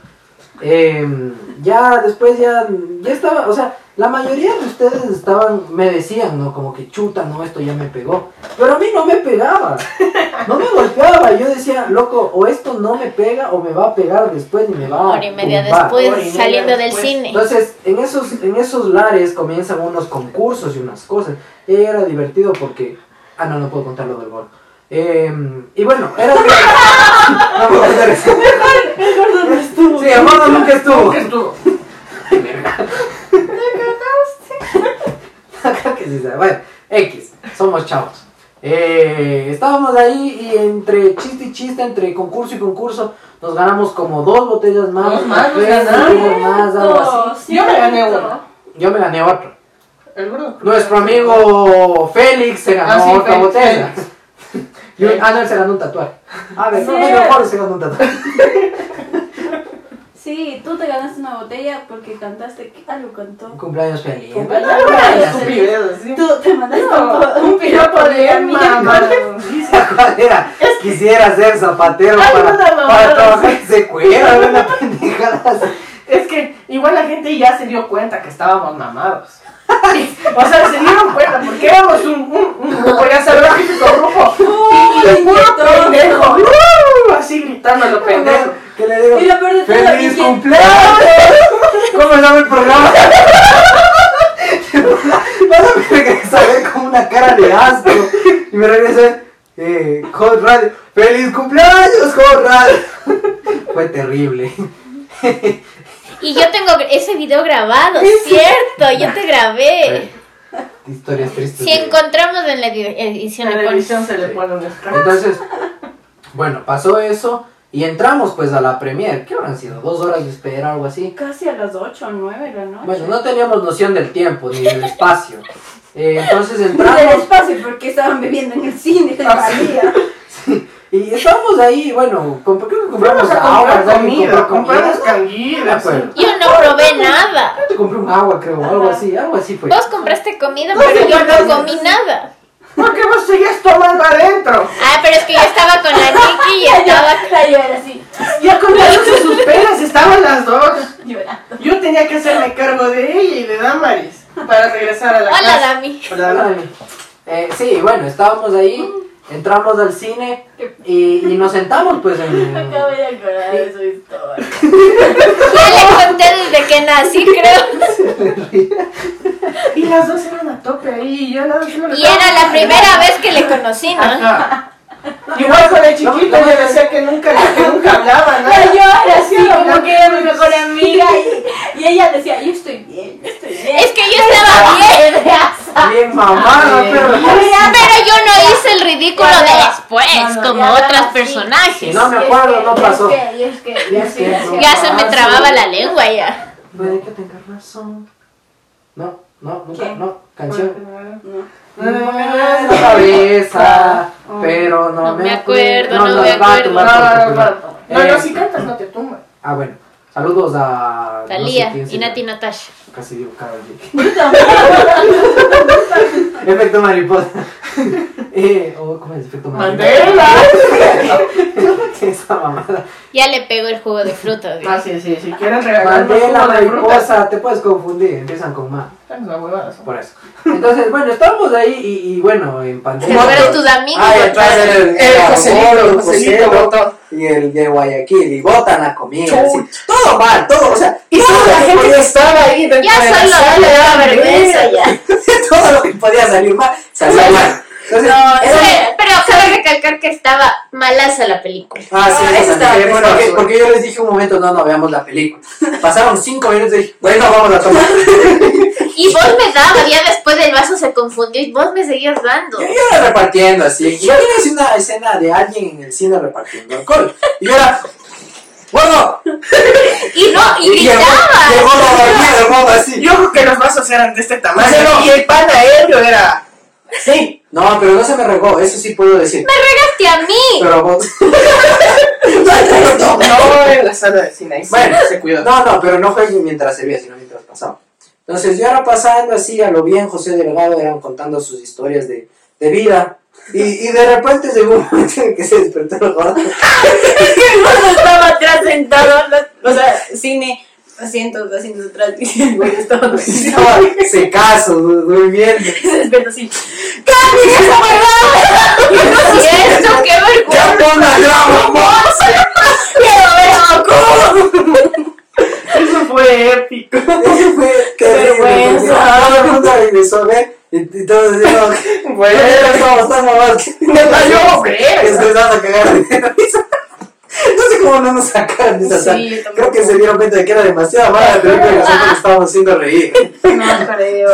S2: em, ya después ya, ya estaba, o sea, la mayoría de ustedes estaban, me decían, ¿no? Como que chuta, no, esto ya me pegó. Pero a mí no me pegaba, no me golpeaba. Yo decía, loco, o esto no me pega o me va a pegar después y me va a.
S6: Hora y media
S2: tumbar".
S6: después,
S4: Hora y media
S6: saliendo del
S4: después.
S6: cine.
S2: Entonces, en esos, en esos lares comienzan unos concursos y unas cosas. Era divertido porque. Ah, no, no puedo contar lo del gol. Em, y bueno, era. no puedo contar eso. Sí, el gordo nunca estuvo.
S4: ¿Qué estuvo?
S2: Ay, verga. Acá que sí sabe. Bueno, X, somos chavos. Eh, estábamos ahí y entre chiste y chiste, entre concurso y concurso, nos ganamos como dos botellas más.
S4: Dos más, nos
S2: tres
S4: ganamos.
S2: botellas más, algo así.
S5: Dos,
S4: Yo me gané
S5: cierto.
S4: uno.
S2: Yo me gané otro.
S4: El gordo.
S2: Nuestro amigo Félix se ganó
S4: Ah, sí,
S2: otra
S4: Félix,
S2: botella.
S4: Félix.
S2: Y un- ah, no, él se ganó un tatuaje. A ver, no,
S5: Sí.
S2: no, mejor se ganó un tatuaje.
S5: Sí, tú te ganaste una botella porque cantaste. que- Algo
S2: Un
S5: cantó.
S2: cumpleaños feliz.
S5: Cumpleaños
S2: Cumpleaños
S5: feliz.
S4: Estupidez, ¿sí?
S5: Tú te mandaste
S4: No, un piropo de mamá.
S2: Era, quisiera ser zapatero
S4: Ay,
S2: para,
S4: no, no, no,
S2: para
S4: no,
S2: trabajar en secuela, una pendejada así.
S4: Es que igual la gente ya se dio cuenta que estábamos mamados. O sea, se dieron cuenta porque éramos un, un, un grupo, ya sabes, el típico grupo. Y de puro pendejo, ¡uh! así gritando a lo pendejo.
S2: Que le digo,
S5: Y lo peor de todo, ¿y
S2: ¡Feliz
S5: quién-
S2: cumpleaños! ¿Cómo se llama el programa? Vas a regresar con una cara de asco. Y me regresa, eh, Hot Radio. ¡Feliz cumpleaños, Hot Radio! Fue terrible.
S6: Y yo tengo ese video grabado, cierto, yo te grabé.
S2: Historias tristes.
S6: Si
S2: de-
S6: encontramos en la edi- edición,
S4: En
S6: le
S4: la
S6: pones.
S4: televisión se le pone un extra.
S2: Entonces, bueno, pasó eso. Y entramos pues a la premier. ¿Qué habrán sido? ¿Dos horas de espera algo así?
S5: Casi a las 8 o 9 de la noche.
S2: Bueno, no teníamos noción del tiempo ni del espacio. Eh, entonces
S5: Del
S2: entramos.
S5: espacio porque estaban bebiendo en el cine. en
S2: Ah, sí.
S5: Bahía.
S2: Y estábamos ahí, bueno, comp- creo que compramos
S4: Vamos a
S2: agua,
S4: comprar
S2: ¿no? Y
S4: comida,
S2: compró comida,
S4: compramos
S2: ¿no? Me
S4: canguilas. pues.
S2: acuerdo.
S6: Yo no probé nada.
S2: Yo te compré un agua, creo, o algo así, algo así fue.
S6: Vos compraste comida,
S4: No,
S6: pero
S4: sí,
S6: yo
S4: no,
S6: no
S4: no,
S6: comí nada.
S2: No,
S4: ¿Por qué vos seguías tomando adentro?
S6: Ah, pero es que yo estaba con la Nikki y estaba.
S5: La llora así,
S4: Ya contándose sus penas, estaban las dos.
S5: llora.
S4: Yo tenía que hacerme cargo de ella y de Damaris para regresar a la
S6: Hola,
S4: casa.
S6: Dami.
S4: Hola, Dami.
S7: Eh, sí, bueno, estábamos ahí, entramos al cine y, y nos sentamos pues en...
S5: Acabo de acordar de su historia.
S6: Ya le conté desde que nací, creo.
S4: Y las dos eran a tope ahí y yo nada más me lo
S6: Y
S4: estaba-
S6: era la primera vez que le conocí, ¿no?
S4: Ajá. Igual con el chiquito le decía que nunca, que nunca hablaba,
S5: La
S4: nada.
S5: llora así,
S4: Sí,
S5: como
S4: la-
S5: que era mi mejor amiga. Y, y ella decía, yo estoy bien, yo estoy bien.
S6: Es que yo estaba bien.
S7: Bien mamada,
S4: Ay,
S7: pero...
S6: Pero yo no hice el ridículo
S5: Ya, ya.
S6: después,
S5: No, no,
S6: como
S5: ya,
S6: otras
S5: sí.
S7: Si
S6: personajes.
S7: no me acuerdo, no pasó.
S5: Y es que, y es que, y así,
S7: Es que
S5: así.
S7: no.
S6: Ya se me
S7: Ah,
S6: trababa
S7: sí.
S6: la lengua ya.
S7: Puede que tengas razón. No, no, nunca,
S5: ¿Quién?
S7: no. Canción.
S5: No.
S7: No es la cabeza, pero no,
S6: No me acuerdo, no
S7: la
S6: me
S7: va a
S6: acuerdo.
S4: No,
S7: tomar por
S4: no, no,
S7: culo.
S4: no. No, no, si cantas no te tumba.
S7: Ah, bueno. Saludos a... no sé
S6: Talía
S7: quién
S6: y
S7: será.
S6: Nati Natasha.
S7: Casi digo Karol G. efecto mariposa. eh, oh, ¿Cómo es efecto mariposa?
S4: ¡Mandela!
S7: Esa mamada.
S6: Ya le pegó el jugo de frutas.
S4: Ah,
S6: güey.
S4: sí, sí, si quieren regalarnos
S7: Mandela,
S4: jugo de frutas.
S7: mariposa, te puedes confundir. Empiezan con ma.
S4: Es una huevada. eso.
S7: Por eso. Entonces, bueno, estábamos ahí y, y bueno, en pantalla.
S6: Como eres tus amigos.
S2: Ah, y atrás el, el,
S4: El Joselito,
S2: Amor, el
S4: Joselito
S2: Joselito,
S4: votó.
S2: y el de Guayaquil, y botan la comida.
S4: Chuy.
S2: así. Todo mal, todo, o sea, y toda la gente que estaba ahí dentro
S6: Ya
S2: de la
S6: solo
S2: sala,
S6: me daba
S2: era
S6: vergüenza ya.
S2: todo lo que podía salir mal, salió mal. Entonces,
S6: No,
S2: era-
S6: espera, pero cabe recalcar que estaba malaza la película.
S2: Ah, sí,
S4: Ah, eso
S2: eso
S4: estaba bien,
S2: bueno,
S4: bueno,
S2: porque,
S4: sí.
S2: porque yo les dije un momento, no, no, veamos la película. Pasaron cinco minutos y dije, bueno, vamos a tomar.
S6: Y vos me dabas, ya después del vaso se confundió y vos me seguías dando.
S2: Yo, yo era repartiendo así. Yo vi una escena de alguien en el cine repartiendo alcohol. Y yo era. ¡Bueno!
S6: Y no, y
S2: llegó, llegó
S6: gritaba.
S2: la dormida, el modo así.
S4: Yo creo que los vasos eran de este tamaño.
S2: Marcelo.
S4: Y el pan aéreo era.
S2: Sí. No, pero no se me regó, eso sí puedo decir.
S6: Me regaste a mí.
S2: Pero vos. no,
S4: No, en la sala de cine. ahí sí
S2: Bueno,
S4: se cuidó.
S2: No, no, pero no fue mientras se veía, sino mientras pasaba. Entonces yo era pasando así a lo bien José Delgado, eran contando sus historias de, de vida. Y, y de repente llegó un momento en que se despertó el gordo.
S5: Cuando estaba atrás sentado, la- o sea, cine, asientos, asientos atrás, y el güey estaba
S2: y Estaba secazo, du- durmiendo.
S5: se despierta así.
S6: ¡Cami, esa huevada! No es cierto, qué vergüenza.
S2: ¡Ya pon la grava, vos!
S6: Quiero ver a
S4: Eso fue épico.
S2: Eso fue terrible, porque Todo el mundo regresó a ver. Y, y todos dijeron, bueno, estamos tan mamados que
S4: la yo, hombre.
S2: que se van a cagar de risa. No sé cómo no nos sacaron de esa
S5: Sí,
S2: sala.
S5: yo tampoco.
S2: Creo que se dieron cuenta de que era demasiado mala la película y nosotros estábamos haciendo reír.
S5: No creo.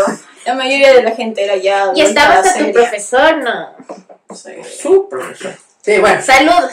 S5: La mayoría de la gente era ya.
S6: Y estaba hasta tu
S5: seria.
S6: profesor, ¿no?
S2: Sí, bueno,
S6: Saludos.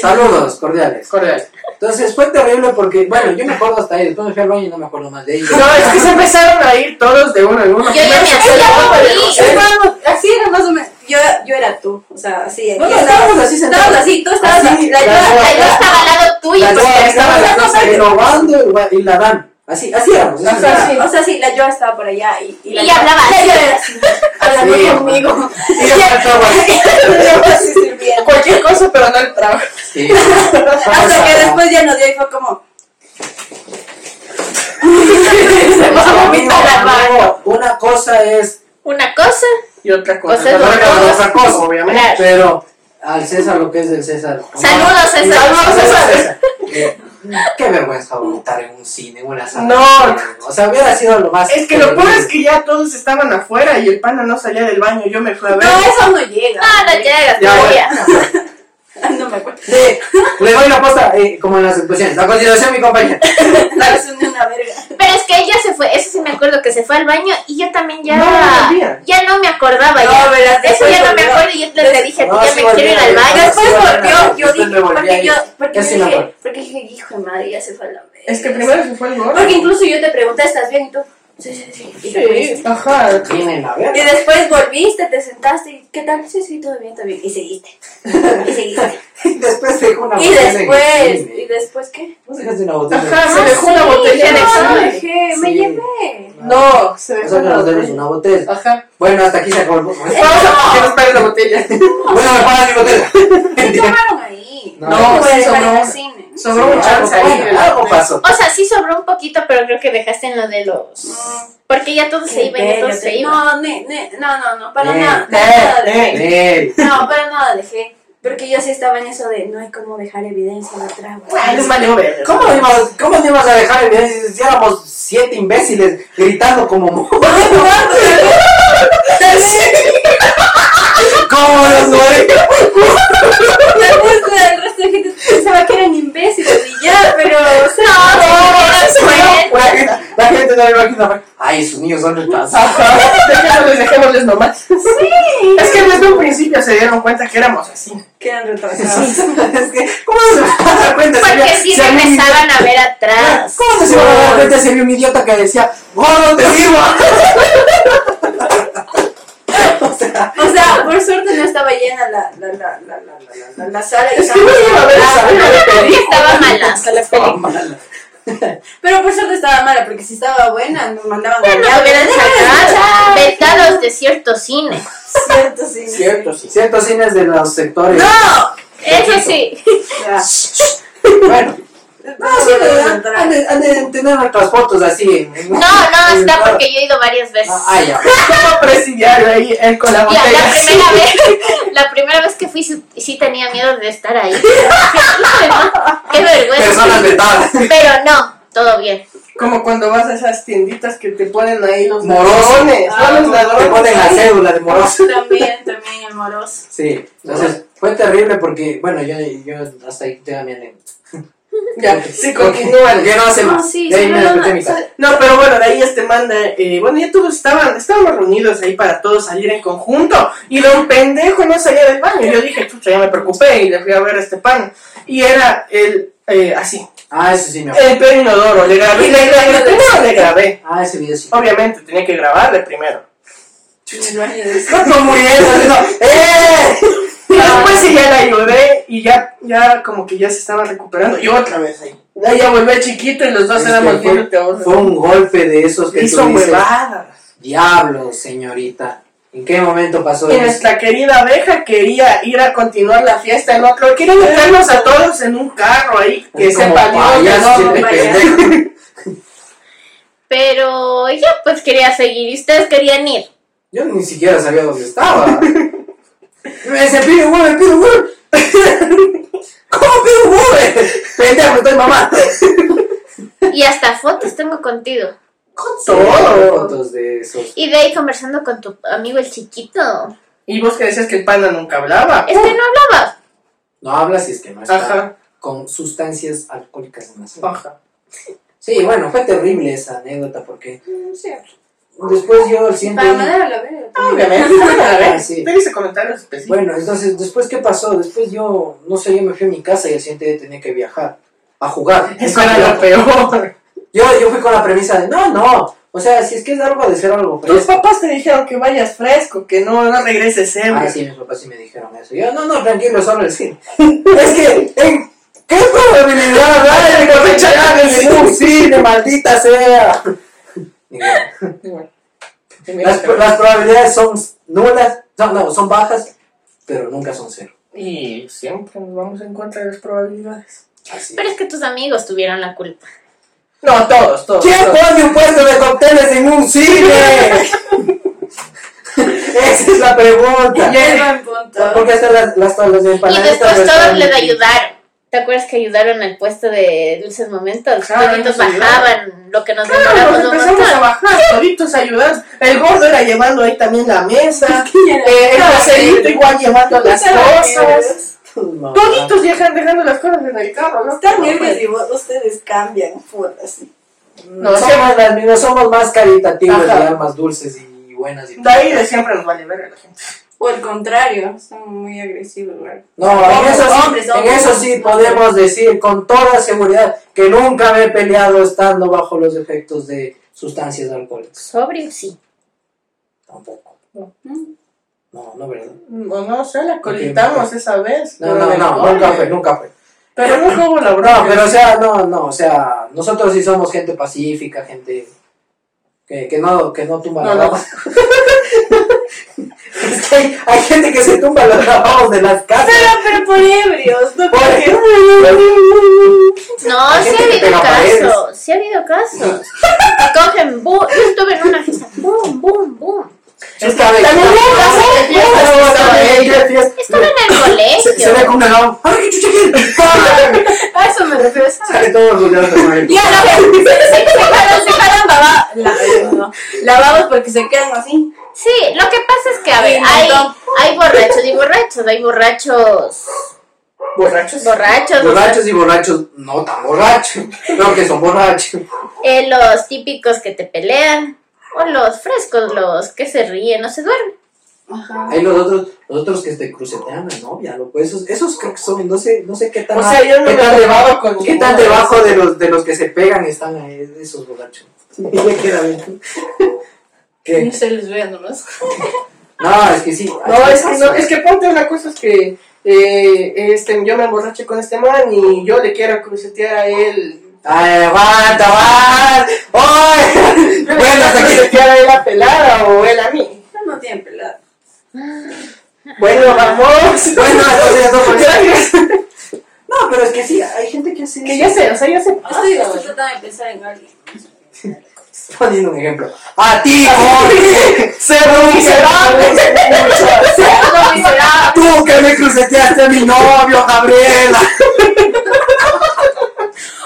S2: saludos cordiales.
S4: Cordial.
S2: Entonces fue terrible porque, bueno, yo me acuerdo hasta ahí, después me fui al baño y no me acuerdo más de ella.
S4: No, es que se empezaron a ir todos de uno en uno.
S6: Yo ya me
S5: Yo
S6: hacía
S5: estaba- Así era más o menos. Yo, yo era tú, o sea, así.
S2: No,
S5: yo
S2: no,
S5: estaba-
S2: estábamos así sentados.
S5: Estábamos así, tú estabas
S2: Así,
S5: así. La
S2: la
S5: ayuda-
S2: ayuda-
S5: la
S6: Ay, yo
S5: ayuda-
S6: estaba al lado tuyo.
S2: La
S6: porque
S2: chava estaba
S6: estaba-
S2: las dos renovando y la- y la dan. Así, así éramos. así
S4: O sea,
S2: éramos.
S4: sí.
S5: O sea, sí, la yo estaba por allá y,
S6: Y hablaba así.
S5: Hablando
S2: Sí.
S5: conmigo.
S2: Y la faltaba.
S5: Así sirviendo.
S4: Cualquier cosa, pero no el trabajo.
S2: Sí.
S5: Hasta que después ya nos dio y fue como.
S2: Se
S6: va a vomitar la mano.
S2: Una cosa es
S6: Una cosa.
S4: Y otra cosa.
S6: O sea,
S4: Pero
S6: lo-
S4: era
S6: lo-
S4: otra cosa, obviamente.
S6: Claro.
S2: Pero al César lo que es del César.
S5: Ah,
S6: Saludos, César.
S2: Saludos,
S4: César.
S2: César. Eh, Qué vergüenza vomitar en un cine, en una sala.
S4: No.
S2: de cine. O sea, hubiera sido lo más.
S4: Es que lo peor es que ya todos estaban afuera y el pana no salía del baño. Yo me fui a ver.
S5: No, eso no llega.
S6: Ah,
S8: Ah,
S6: No, no llegas todavía.
S5: No me acuerdo.
S2: Sí, le doy la posta eh, como en las actuaciones. A continuación, mi compañero.
S5: La es una verga.
S6: Pero es que ella se fue, eso sí me acuerdo que se fue al baño y yo también ya
S4: No, no volvía.
S6: ya no me acordaba ya.
S5: No, verás,
S6: eso
S5: después
S6: ya no me
S5: volvió.
S6: acuerdo y yo te, te dije,
S2: No,
S6: ya
S2: sí
S6: me quiero ir al
S2: volvía,
S6: baño.
S5: Después
S2: sí,
S5: volvió, yo
S2: después me
S5: dije,
S2: volví a
S5: porque
S2: ir.
S5: yo, porque
S2: Ya
S5: yo
S2: sí me acuerdo.
S5: dije, porque dije, hijo de madre, ya se fue a la verga.
S4: Es que primero se fue el gordo.
S5: Porque incluso yo te pregunté, ¿estás bien? Y tú,
S8: Sí, sí, sí. Y, te fuiste.
S9: Sí, ajá.
S2: Tienen la
S8: y
S2: verga.
S8: después volviste, te sentaste y ¿qué tal? Sí, sí, todo bien, todo bien. Y seguiste. Y seguiste.
S2: Y después dejó una
S8: y
S2: botella en el
S8: después,
S2: cine.
S8: ¿y después qué? Ah,
S2: ¿No dejaste una botella? en el
S9: Ajá, se
S2: cine?
S9: dejó una botella en el
S8: No,
S9: cine.
S8: dejé, me
S2: Sí.
S8: llevé.
S9: No, se dejó
S2: Nosotros
S9: una
S2: nos debes
S9: botella.
S2: una botella.
S9: Ajá.
S2: Bueno, hasta aquí se acabó el podcast.
S9: Vamos a que nos paguen la botella.
S2: Bueno, me pagan mi botella.
S8: ¿Qué tomaron ahí?
S2: No,
S8: te voy a
S9: sí
S8: dejar en
S9: sobró.
S8: el cine.
S9: Sobró un chance ahí.
S2: Bueno,
S9: ¿verdad?
S2: algo pasó.
S6: O sea, sí sobró un poquito, pero creo que dejaste en lo de los. Porque ya todos se
S8: Qué
S6: iban, ya
S8: bello,
S6: todos se
S8: te-
S6: iban.
S8: No, ne- ne- no, no, no, para
S2: Eh,
S8: nada.
S9: eh,
S8: nada dejé.
S2: Nel.
S8: No, para nada dejé. Porque yo sí estaba en eso de no hay cómo dejar evidencia de trago.
S9: Ay, les valió ver.
S2: ¿Cómo no ibas, cómo no ibas a dejar el video si éramos siete imbéciles gritando como mo- ¿Cómo los güey?
S8: Me gusta el resto de gente pensaba que eran imbéciles y ya, pero o sea,
S2: La gente- La gente no me imagina. Ay, esos niños son retrasados.
S9: Ajá. Dejémosles, dejémosles nomás. Sí. Es que desde un principio se dieron cuenta que éramos así.
S8: que eran retrasados.
S2: Es que, ¿cómo se van a dar cuenta?
S6: Porque
S2: había-
S6: sí
S2: si había un
S6: regresaban a ver atrás.
S2: ¿Cómo no se iban a dar cuenta si había un idiota que decía, ¡Gordo, te vivo!
S8: O sea, por suerte no estaba llena la, la, la, la, la, la, la, la sala y
S9: Es que no
S8: estaba-
S9: iba a ver esa
S6: Estaba malazo la película.
S8: Pero por suerte estaba mala, porque si estaba buena nos mandaban
S6: No
S8: a
S6: hubieran sacado vetados de ciertos cines.
S8: Cierto, sí.
S2: Cierto, sí. Cierto, cines de los sectores.
S8: No,
S6: Eso sí.
S8: Ya.
S2: Bueno. No, sí, han de- han
S8: Ay,
S2: de, han de tener otras fotos así.
S6: No, no, está porque yo he ido varias veces.
S2: Ah, ya.
S9: ¿Cómo presidiario ahí él con la
S6: La,
S9: botella?
S6: la
S9: así.
S6: primera vez, la primera vez que fui sí, sí tenía miedo de estar ahí. Qué
S2: Personas
S6: vergüenza.
S2: vetadas.
S6: Pero no, todo bien.
S9: Como cuando vas a esas tienditas que te ponen ahí los
S2: Morosos.
S9: ladrones.
S8: Ah,
S9: no, los
S2: Te ponen la
S9: ladrones.
S2: cédula de moroso.
S8: También, también el moroso.
S2: Sí, entonces fue terrible porque, bueno, yo, yo hasta ahí llega mi anécdota.
S9: Ya, sí, continúan.
S2: Porque no hacen
S8: No,
S2: más.
S8: sí,
S2: De ahí
S8: sí,
S2: me
S8: no, no,
S2: desperté en
S8: no,
S2: mi casa.
S9: No, pero bueno, de ahí este manda, eh, bueno, ya todos estaban, estábamos reunidos ahí para todos salir en conjunto, y don pendejo no salía del baño, yo dije, chucha, ya me preocupé, y le fui a ver a este pan, y era el, eh, así,
S2: Ah, eso sí, me acuerdo.
S9: el pleno inodoro, le grabé, le grabé, primero le grabé,
S2: Ah, ese video sí.
S9: obviamente, tenía que grabarle primero,
S2: No muriendo, no. ¡Eh!
S9: y después sí ya la ayudé, y ya, ya como que ya se estaba recuperando, y otra vez ahí, de ahí ya volví chiquito, y los dos
S2: Es
S9: éramos
S2: que
S9: bien
S2: Fue un golpe de esos que
S9: hizo
S2: tú dices,
S9: huevadas.
S2: Diablo, señorita. ¿En qué momento pasó
S9: Y
S2: eso?
S9: nuestra querida abeja quería ir a continuar la fiesta en otro. Quieren meternos a todos en un carro ahí que
S2: Es
S9: se
S2: como
S9: valió de
S2: payaso,
S9: todo.
S2: siete
S8: vaya.
S2: pendejos.
S6: Pero yo pues quería seguir y ustedes querían ir.
S2: Yo ni siquiera sabía dónde estaba. Me dice, pide un Uber, pide un Uber. ¿Cómo pide un Uber? Pendejo, estoy mamá.
S6: Y hasta fotos tengo contigo.
S9: Todo.
S2: Fotos de esos.
S6: Y de ahí conversando con tu amigo el chiquito.
S9: Y vos que decías que el panda nunca hablaba.
S6: Este no hablaba.
S2: No habla si es que no está
S9: Ajá,
S2: con sustancias alcohólicas en la sangre.
S9: ajá.
S2: Sí, bueno, fue terrible esa anécdota porque después yo siento...
S8: Para mandar a la verga.
S9: Obviamente, a ver,
S2: Ah, Sí.
S9: te hice comentarios específicos.
S2: Bueno, entonces, ¿después qué pasó? Después yo, no sé, yo me fui a mi casa y al siguiente día tenía que viajar a jugar.
S9: Eso era lo peor.
S2: Yo, yo fui con la premisa de, no, no, o sea, si es que es algo de ser algo
S9: Tus
S2: fresco.
S9: papás te dijeron que vayas fresco, que no, no regreses
S2: Ah,
S9: ebrio.
S2: sí, mis papás sí me dijeron eso. Yo, no, no, tranquilo, solo el cine. es que, ¿en qué probabilidad hay de que me echaran en un cine, maldita sea? Y bueno, las, las probabilidades son nulas, no, no, son bajas, pero nunca son cero.
S9: Y siempre nos vamos en contra de las probabilidades.
S2: Así.
S6: Pero es que tus amigos tuvieron la culpa.
S9: No, todos, todos.
S2: ¿Quién
S9: todos.
S2: pone un puesto de cócteles en un cine? Esa es la pregunta.
S8: Qué buen punto.
S2: Porque hasta las, las, las
S6: Y
S2: empanaditas
S6: después
S2: las
S6: todos
S2: traen
S6: les
S2: aquí.
S6: ayudaron. ¿Te acuerdas que ayudaron al puesto de Dulces Momentos?
S9: Claro,
S6: Toditos
S9: Ah, nos ayudaron.
S6: bajaban lo que nos
S9: Claro,
S6: demoramos
S9: nos
S6: un
S9: empezamos a
S6: montón.
S9: bajar, toditos ayudando. El gordo era llevando ahí también la mesa. eh, el
S8: Claro,
S9: Joselito
S8: Ah, sí.
S9: igual llevando las cosas.
S2: Mamá.
S9: Toditos dejan dejando las cosas en el carro, ¿no? Pues,
S8: Están nervios y vos- ustedes cambian, putas.
S2: No,
S9: No, siempre-
S2: somos, las, no somos más caritativos
S9: Ajá.
S2: y almas dulces y buenas. Y
S9: de ahí de siempre nos vale ver a la gente.
S8: O al contrario, son muy agresivos, güey.
S2: No, en eso, sí,
S8: hombres,
S2: en
S8: hombres.
S2: eso sí podemos decir con toda seguridad que nunca me he peleado estando bajo los efectos de sustancias alcohólicas.
S6: Sobrio, sí.
S2: Tampoco.
S8: Mm.
S2: No, no, ¿verdad?
S9: No, no sé, la colitamos esa vez.
S2: No,
S9: pero
S2: no,
S9: del
S2: no,
S9: cole.
S2: nunca fue, nunca fue.
S9: Pero nunca hubo la
S2: No,
S9: broma.
S2: pero o sea, no, no, o sea, nosotros sí somos gente pacífica, gente que, que no, que no tumba
S9: No,
S2: las
S9: no.
S2: ramas. es que hay, hay gente que se tumba las ramas de las casas.
S10: pero por ebrios, no
S2: Por ejemplo,
S6: No, sí
S2: gente
S6: ha
S2: que
S6: habido
S2: pega
S6: casos. Sí ha habido casos. Que cogen boom. Yo estuve en una fiesta. Boom, boom, boom.
S2: esta vez.
S6: También hubo casos de fiestas que
S2: También
S6: estaba ella.
S2: hay fiestas.
S6: Estuve en el colegio.
S2: Se, se ve con una gama. ¡Ay, qué chucha quieres! ¡Pam!
S8: A eso me refiero. ¿sabes?
S2: Sale todo orgulloso con él.
S8: Ya, no, se, se, se paran, se paran baba- la- no, lavados porque se quedan así.
S6: Sí, lo que pasa es que, a ver,
S8: Sí,
S6: hay,
S8: no.
S6: hay borrachos y borrachos. Hay borrachos.
S2: ¿Borrachos?
S6: Borrachos.
S2: Borrachos y borrachos, no tan borrachos. No, que son borrachos.
S6: eh, los típicos que te pelean. O los frescos, los que se ríen o se duermen.
S2: Hay los otros, los otros que te crucetean la novia, loco. Esos, esos creo que son, no sé, no sé qué tan,
S9: O sea, yo no
S2: qué
S9: me
S2: tan
S9: he
S2: debajo,
S9: con
S2: qué
S9: ninguno
S2: tan
S9: de
S2: debajo de los, de los que se pegan están ahí, esos borrachos. Ya queda bien.
S8: No
S2: ¿Qué?
S8: se les vea nomás.
S2: No, es que sí.
S9: No, es que, no, es que ponte una cosa, es que eh, este, yo me emborraché con este man y yo le quiero crucetear a él.
S2: Ay, aguanta, aguanta. ¡Ay!
S9: Yo le
S2: Bueno,
S9: quiero
S2: hasta aquí.
S9: crucetear a él a pelada o él a mí.
S8: No tienen pelada.
S9: Bueno, vamos.
S2: Bueno, entonces no por
S9: Gracias.
S2: No, pero es que sí, hay gente que hace
S9: Que
S2: eso.
S9: ya sé, o sea, ya sé.
S8: Estoy, estoy tratando de pensar en alguien.
S2: poniendo un ejemplo. A ti, Jorge, ser un miserable. Tú que me cruceteaste a mi novio, Gabriela.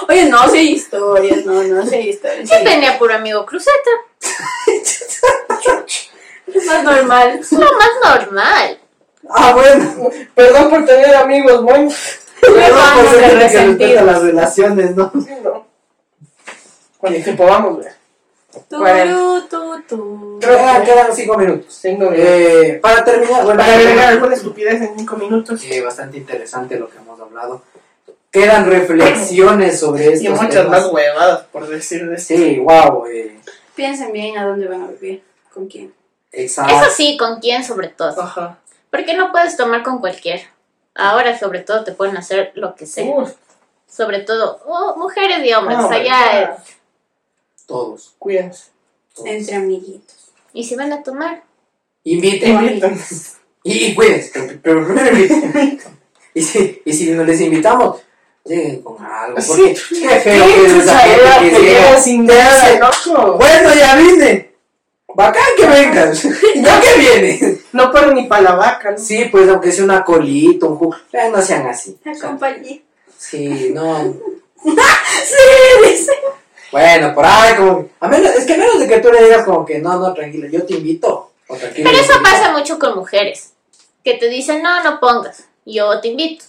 S8: Oye, no, sí hay historias, no, no, sí hay historias.
S6: Yo tenía puro amigo cruceta.
S8: Es más normal.
S6: Es lo más normal.
S2: Ah, bueno.
S9: Perdón por tener amigos buenos.
S2: Perdón por
S8: vamos
S2: ser
S8: de
S2: gente que respeta
S8: resentidos.
S2: las relaciones, ¿no?
S9: No. Con el tiempo vamos, vea.
S8: Tú, tú, tú.
S2: Quedan, quedan cinco minutos.
S9: Pues Tengo que-
S2: Eh, para terminar, bueno,
S9: Para agregar alguna estupidez en cinco minutos.
S2: eh, bastante interesante lo que hemos hablado. Quedan reflexiones sobre estos
S9: Y muchas
S2: temas.
S9: más huevadas, por decir de este.
S2: Sí, wow. eh,
S8: Piensen bien a dónde van a vivir, con quién.
S2: exacto.
S6: Eso sí, con quién sobre todo.
S9: Ajá.
S6: Porque no puedes tomar con cualquiera. Ahora sobre todo te pueden hacer lo que sea.
S9: Uf,
S6: Sobre todo oh, mujeres y hombres.
S9: no,
S6: allá
S9: huevada.
S6: es-
S2: Todos.
S9: Cuídense.
S2: todos.
S8: Entre amiguitos.
S6: Y si van a tomar,
S9: Te
S2: Inviten.
S9: invitan.
S2: Y, y cuídense, pero- pero primero inviten. y, si, y si no les invitamos, lleguen con algo. Porque
S9: Sí.
S2: qué feo
S9: Sí,
S2: que es
S9: chucha,
S2: esa gente
S9: era
S2: que
S9: que
S2: llega
S9: llega sin
S2: te
S9: nada,
S2: hace,
S9: loco.
S2: Bueno, ya vine. Bacán que vengas. ¿Ya que viene?
S9: No ponen ni para la vaca, ¿no?
S2: Sí, pues aunque sea una colita, un jugo. eh, No sean así. O sea,
S8: Acompañé.
S2: Sí, no.
S8: Sí, dice.
S2: Bueno, por ahí como. que- A menos, es que a menos de que tú le digas como que no, no, tranquila, yo te invito. O tranquila.
S6: Pero
S2: yo te
S6: eso
S2: invito.
S6: pasa mucho con mujeres. Que te dicen, no, no pongas. Yo te invito.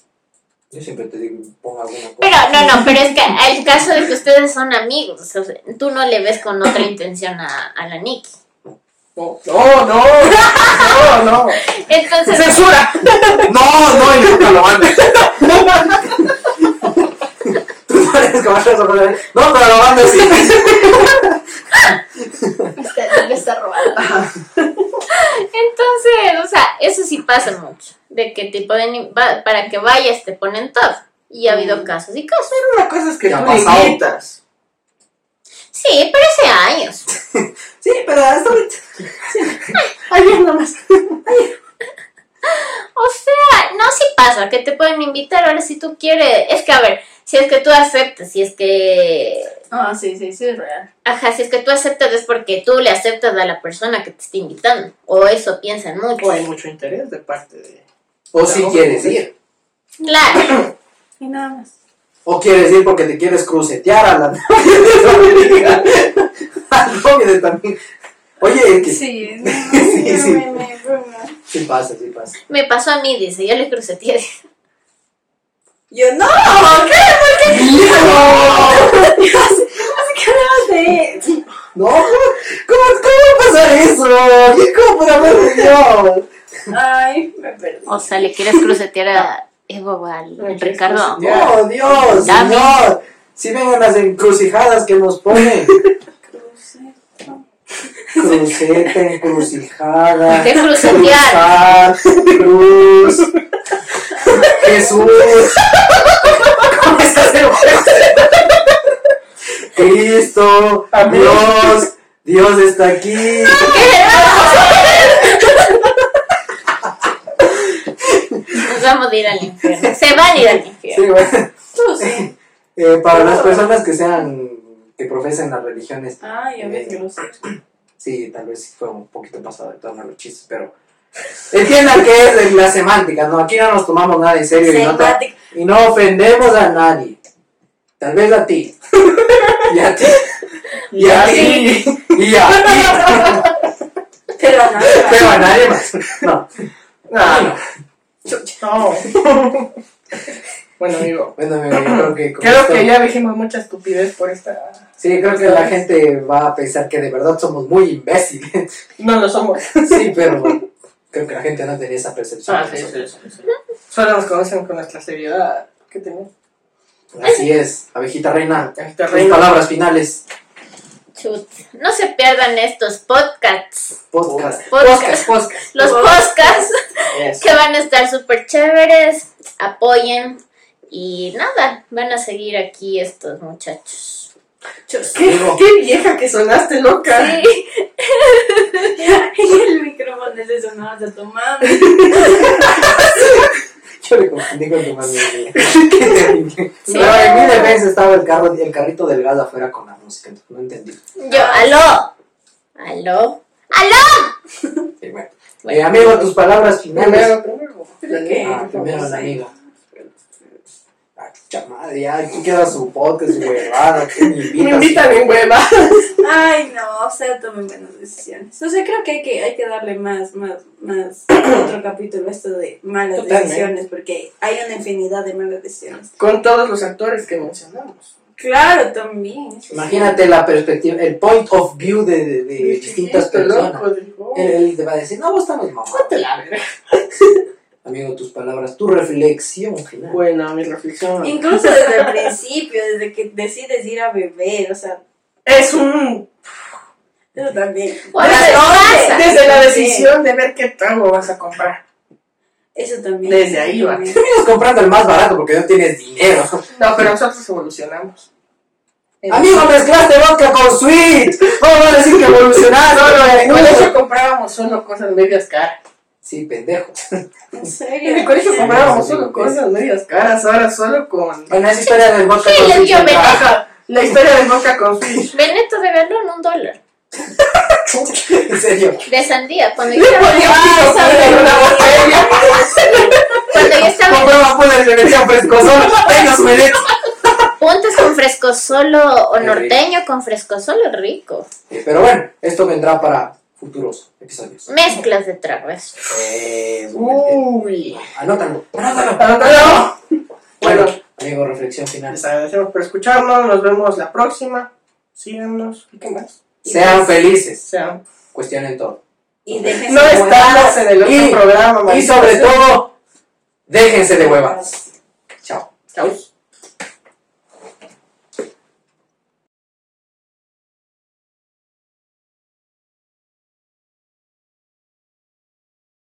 S2: Yo siempre te digo, ponga alguna cosa.
S6: Pero no, no, pero es que el caso de que ustedes son amigos. o sea, tú no le ves con otra intención a, a la Nikki.
S9: No, no, no, no.
S6: Entonces,
S9: ¡Censura!
S2: No, no, y nunca lo mandes. Tú no eres como esas personas. No, pero lo mando sí.
S8: Está, me está robando.
S6: entonces, o sea, eso sí pasa mucho. De que te ponen, va- para que vayas te ponen todo. Y ha habido casos y casos.
S9: Una cosa es que
S2: Ya
S9: tú
S2: ha
S9: le
S2: pasado.
S9: invitas.
S6: Sí, pero hace años.
S2: Sí, pero hasta ahorita.
S9: Ayer nomás.
S6: O sea, no, sí pasa, que te pueden invitar. Ahora, si tú quieres, es que a ver, si es que tú aceptas, si es que.
S8: Ah, sí, sí, sí, es real.
S6: Ajá, si es que tú aceptas es porque tú le aceptas a la persona que te está invitando. O eso piensan mucho.
S9: O hay mucho interés de parte de...
S2: O si quieres ir.
S6: Claro.
S8: Y nada más.
S2: O quieres ir porque te quieres crucetear a la novia de tu amiga. Al novio de tu amiga. Oye, es que sí.
S8: Sí, no,
S2: Sí, sí.
S8: me- me- me-
S2: pasa, sí pasa.
S6: Me pasó a mí, dice, yo le cruceteé.
S8: Yo no, ¿qué? ¿Por qué?
S2: ¡No!
S8: ¿Qué hablabas de
S2: ¿No? ¿Cómo, cómo va a pasar eso? ¿Qué cómo por amor de Dios?
S8: Ay, me perdí.
S6: O sea, le quieres crucetear a Evo al Ricardo.
S2: No, Dios,
S6: Dame.
S2: Señor. Si vengan las encrucijadas que nos ponen.
S8: Cruces.
S2: Cruceta, encrucijada.
S6: Te crucificar.
S2: Cruzar, cruz. Jesús. ¿Cómo estás en Cristo,
S9: Amén.
S2: Dios, Dios está aquí.
S6: Nos vamos a ir al infierno. Se van a ir al infierno.
S2: Sí, bueno.
S8: Tú sí.
S2: Eh, para las personas que sean, que profesen las religiones,
S8: Ay, a ver, grosero.
S2: sí, tal vez fue un poquito pasado de tono los chistes, pero entiendan que es de la semántica, ¿no? Aquí no nos tomamos nada en serio y no, te-
S8: Simpático.
S2: y no ofendemos a nadie. Tal vez a ti. Y a ti. Y a ti. Y a ti.
S8: Pero no.
S2: Pero a nadie más. No. Ah, No, no.
S9: No. bueno, amigo.
S2: Bueno, amigo, yo creo que. con
S9: Creo
S2: esto-
S9: que ya dijimos mucha estupidez por esta.
S2: Sí, creo que la gente va a pensar que de verdad somos muy imbéciles.
S9: No lo somos.
S2: Sí, pero creo que la gente no tenía esa percepción.
S9: Ah, sí, sí, sí, sí. Solo nos conocen con nuestra seriedad que tenemos.
S2: Así es, abejita reina.
S9: Abejita
S2: Tus
S9: reina.
S2: palabras finales.
S6: Chut. No se pierdan estos podcasts.
S2: Podcast.
S6: Podcast.
S2: podcast.
S6: Los podcasts
S9: Eso.
S6: que van a estar súper chéveres. Apoyen. Y nada, van a seguir aquí estos muchachos.
S9: ¿Qué,
S2: Digo.
S9: qué vieja que sonaste, loca.
S8: Y el micrófono es eso, no vas a tomar.
S2: Yo le confundí con tu mami. Qué terrible. Pero en mi defensa estaba el, carro, el carrito del gas afuera con la música. entonces No entendí.
S6: Yo, aló. Aló. ¡Aló!
S2: Y bueno. Eh, amigo, tus palabras finales.
S9: Primero, primero.
S2: Ah, primero la amiga. Ah, chucha madre, ya aquí queda su podcast, su huevada. ¿Qué me
S9: Me
S2: invitas?
S9: invitan en hueva.
S8: Ay, no, o sea, tomen buenas decisiones. O sea, creo que hay que, hay que darle más, más, más otro capítulo a esto de malas
S9: Totalmente.
S8: decisiones, porque hay una infinidad de malas decisiones.
S9: Con todos los actores que mencionamos.
S8: Claro, también. eso sí.
S2: Imagínate la perspectiva, el point of view de, de- de
S9: El
S2: distintas
S9: chiquito,
S2: personas.
S9: loco, dijo.
S2: Él, él te va a decir, no, vos estamos mamá.
S9: La verga.
S2: Amigo, tus palabras, tu reflexión final.
S9: Bueno, mi reflexión.
S8: Incluso desde el principio, desde que decides ir a beber, o sea,
S9: Es un
S8: eso también.
S6: Ahora
S9: Desde,
S6: se pasa.
S9: desde la
S8: Sí.
S9: decisión de ver qué trago vas a comprar.
S8: Eso también.
S9: Desde ahí va.
S2: Terminas comprando el más barato porque no tienes dinero.
S9: No, pero nosotros evolucionamos.
S2: Amigo, mezclaste vodka con sweet. Vamos a decir que evolucionaste.
S9: En el colegio
S2: menudo.
S9: comprábamos solo cosas medias caras.
S2: Sí, pendejo.
S8: En
S9: En
S8: serio.
S9: el colegio comprábamos
S2: Sí.
S9: solo cosas medias caras, ahora solo con.
S2: Bueno, esa historia del vodka
S6: Sí,
S2: con
S6: les
S2: sweet.
S6: dio
S2: ¿verdad?
S6: ventaja.
S9: Ajá, la historia de Boca con Fish.
S6: Veneto de galón, un dólar.
S2: En serio.
S6: De sandía. Cuando yo
S2: Le
S6: estaba,
S2: ponía un tiro en una botella.
S6: cuando yo estaba en
S2: Compraba poder de versión frescosón. Venga, su menete.
S6: puntas con fresco solo o
S2: Qué rico.
S6: norteño con fresco solo rico.
S2: Eh, Pero bueno, esto vendrá para futuros
S6: Mm.
S2: episodios.
S6: Mezclas de tragos.
S2: Eh,
S9: Uy.
S2: Anótalo. Anótalo.
S9: Anótalo.
S2: Bueno,
S9: Bueno,
S2: amigo, reflexión final.
S9: les agradecemos por escucharnos. Nos vemos la próxima. Síganos. ¿Y qué más?
S2: Sean felices.
S9: Sean.
S2: Cuestionen todo.
S8: Y déjense
S9: No estamos en el otro
S2: Y-
S9: programa,
S2: Y
S9: Marisa.
S2: sobre todo, déjense de huevas. Chao.
S9: Chau.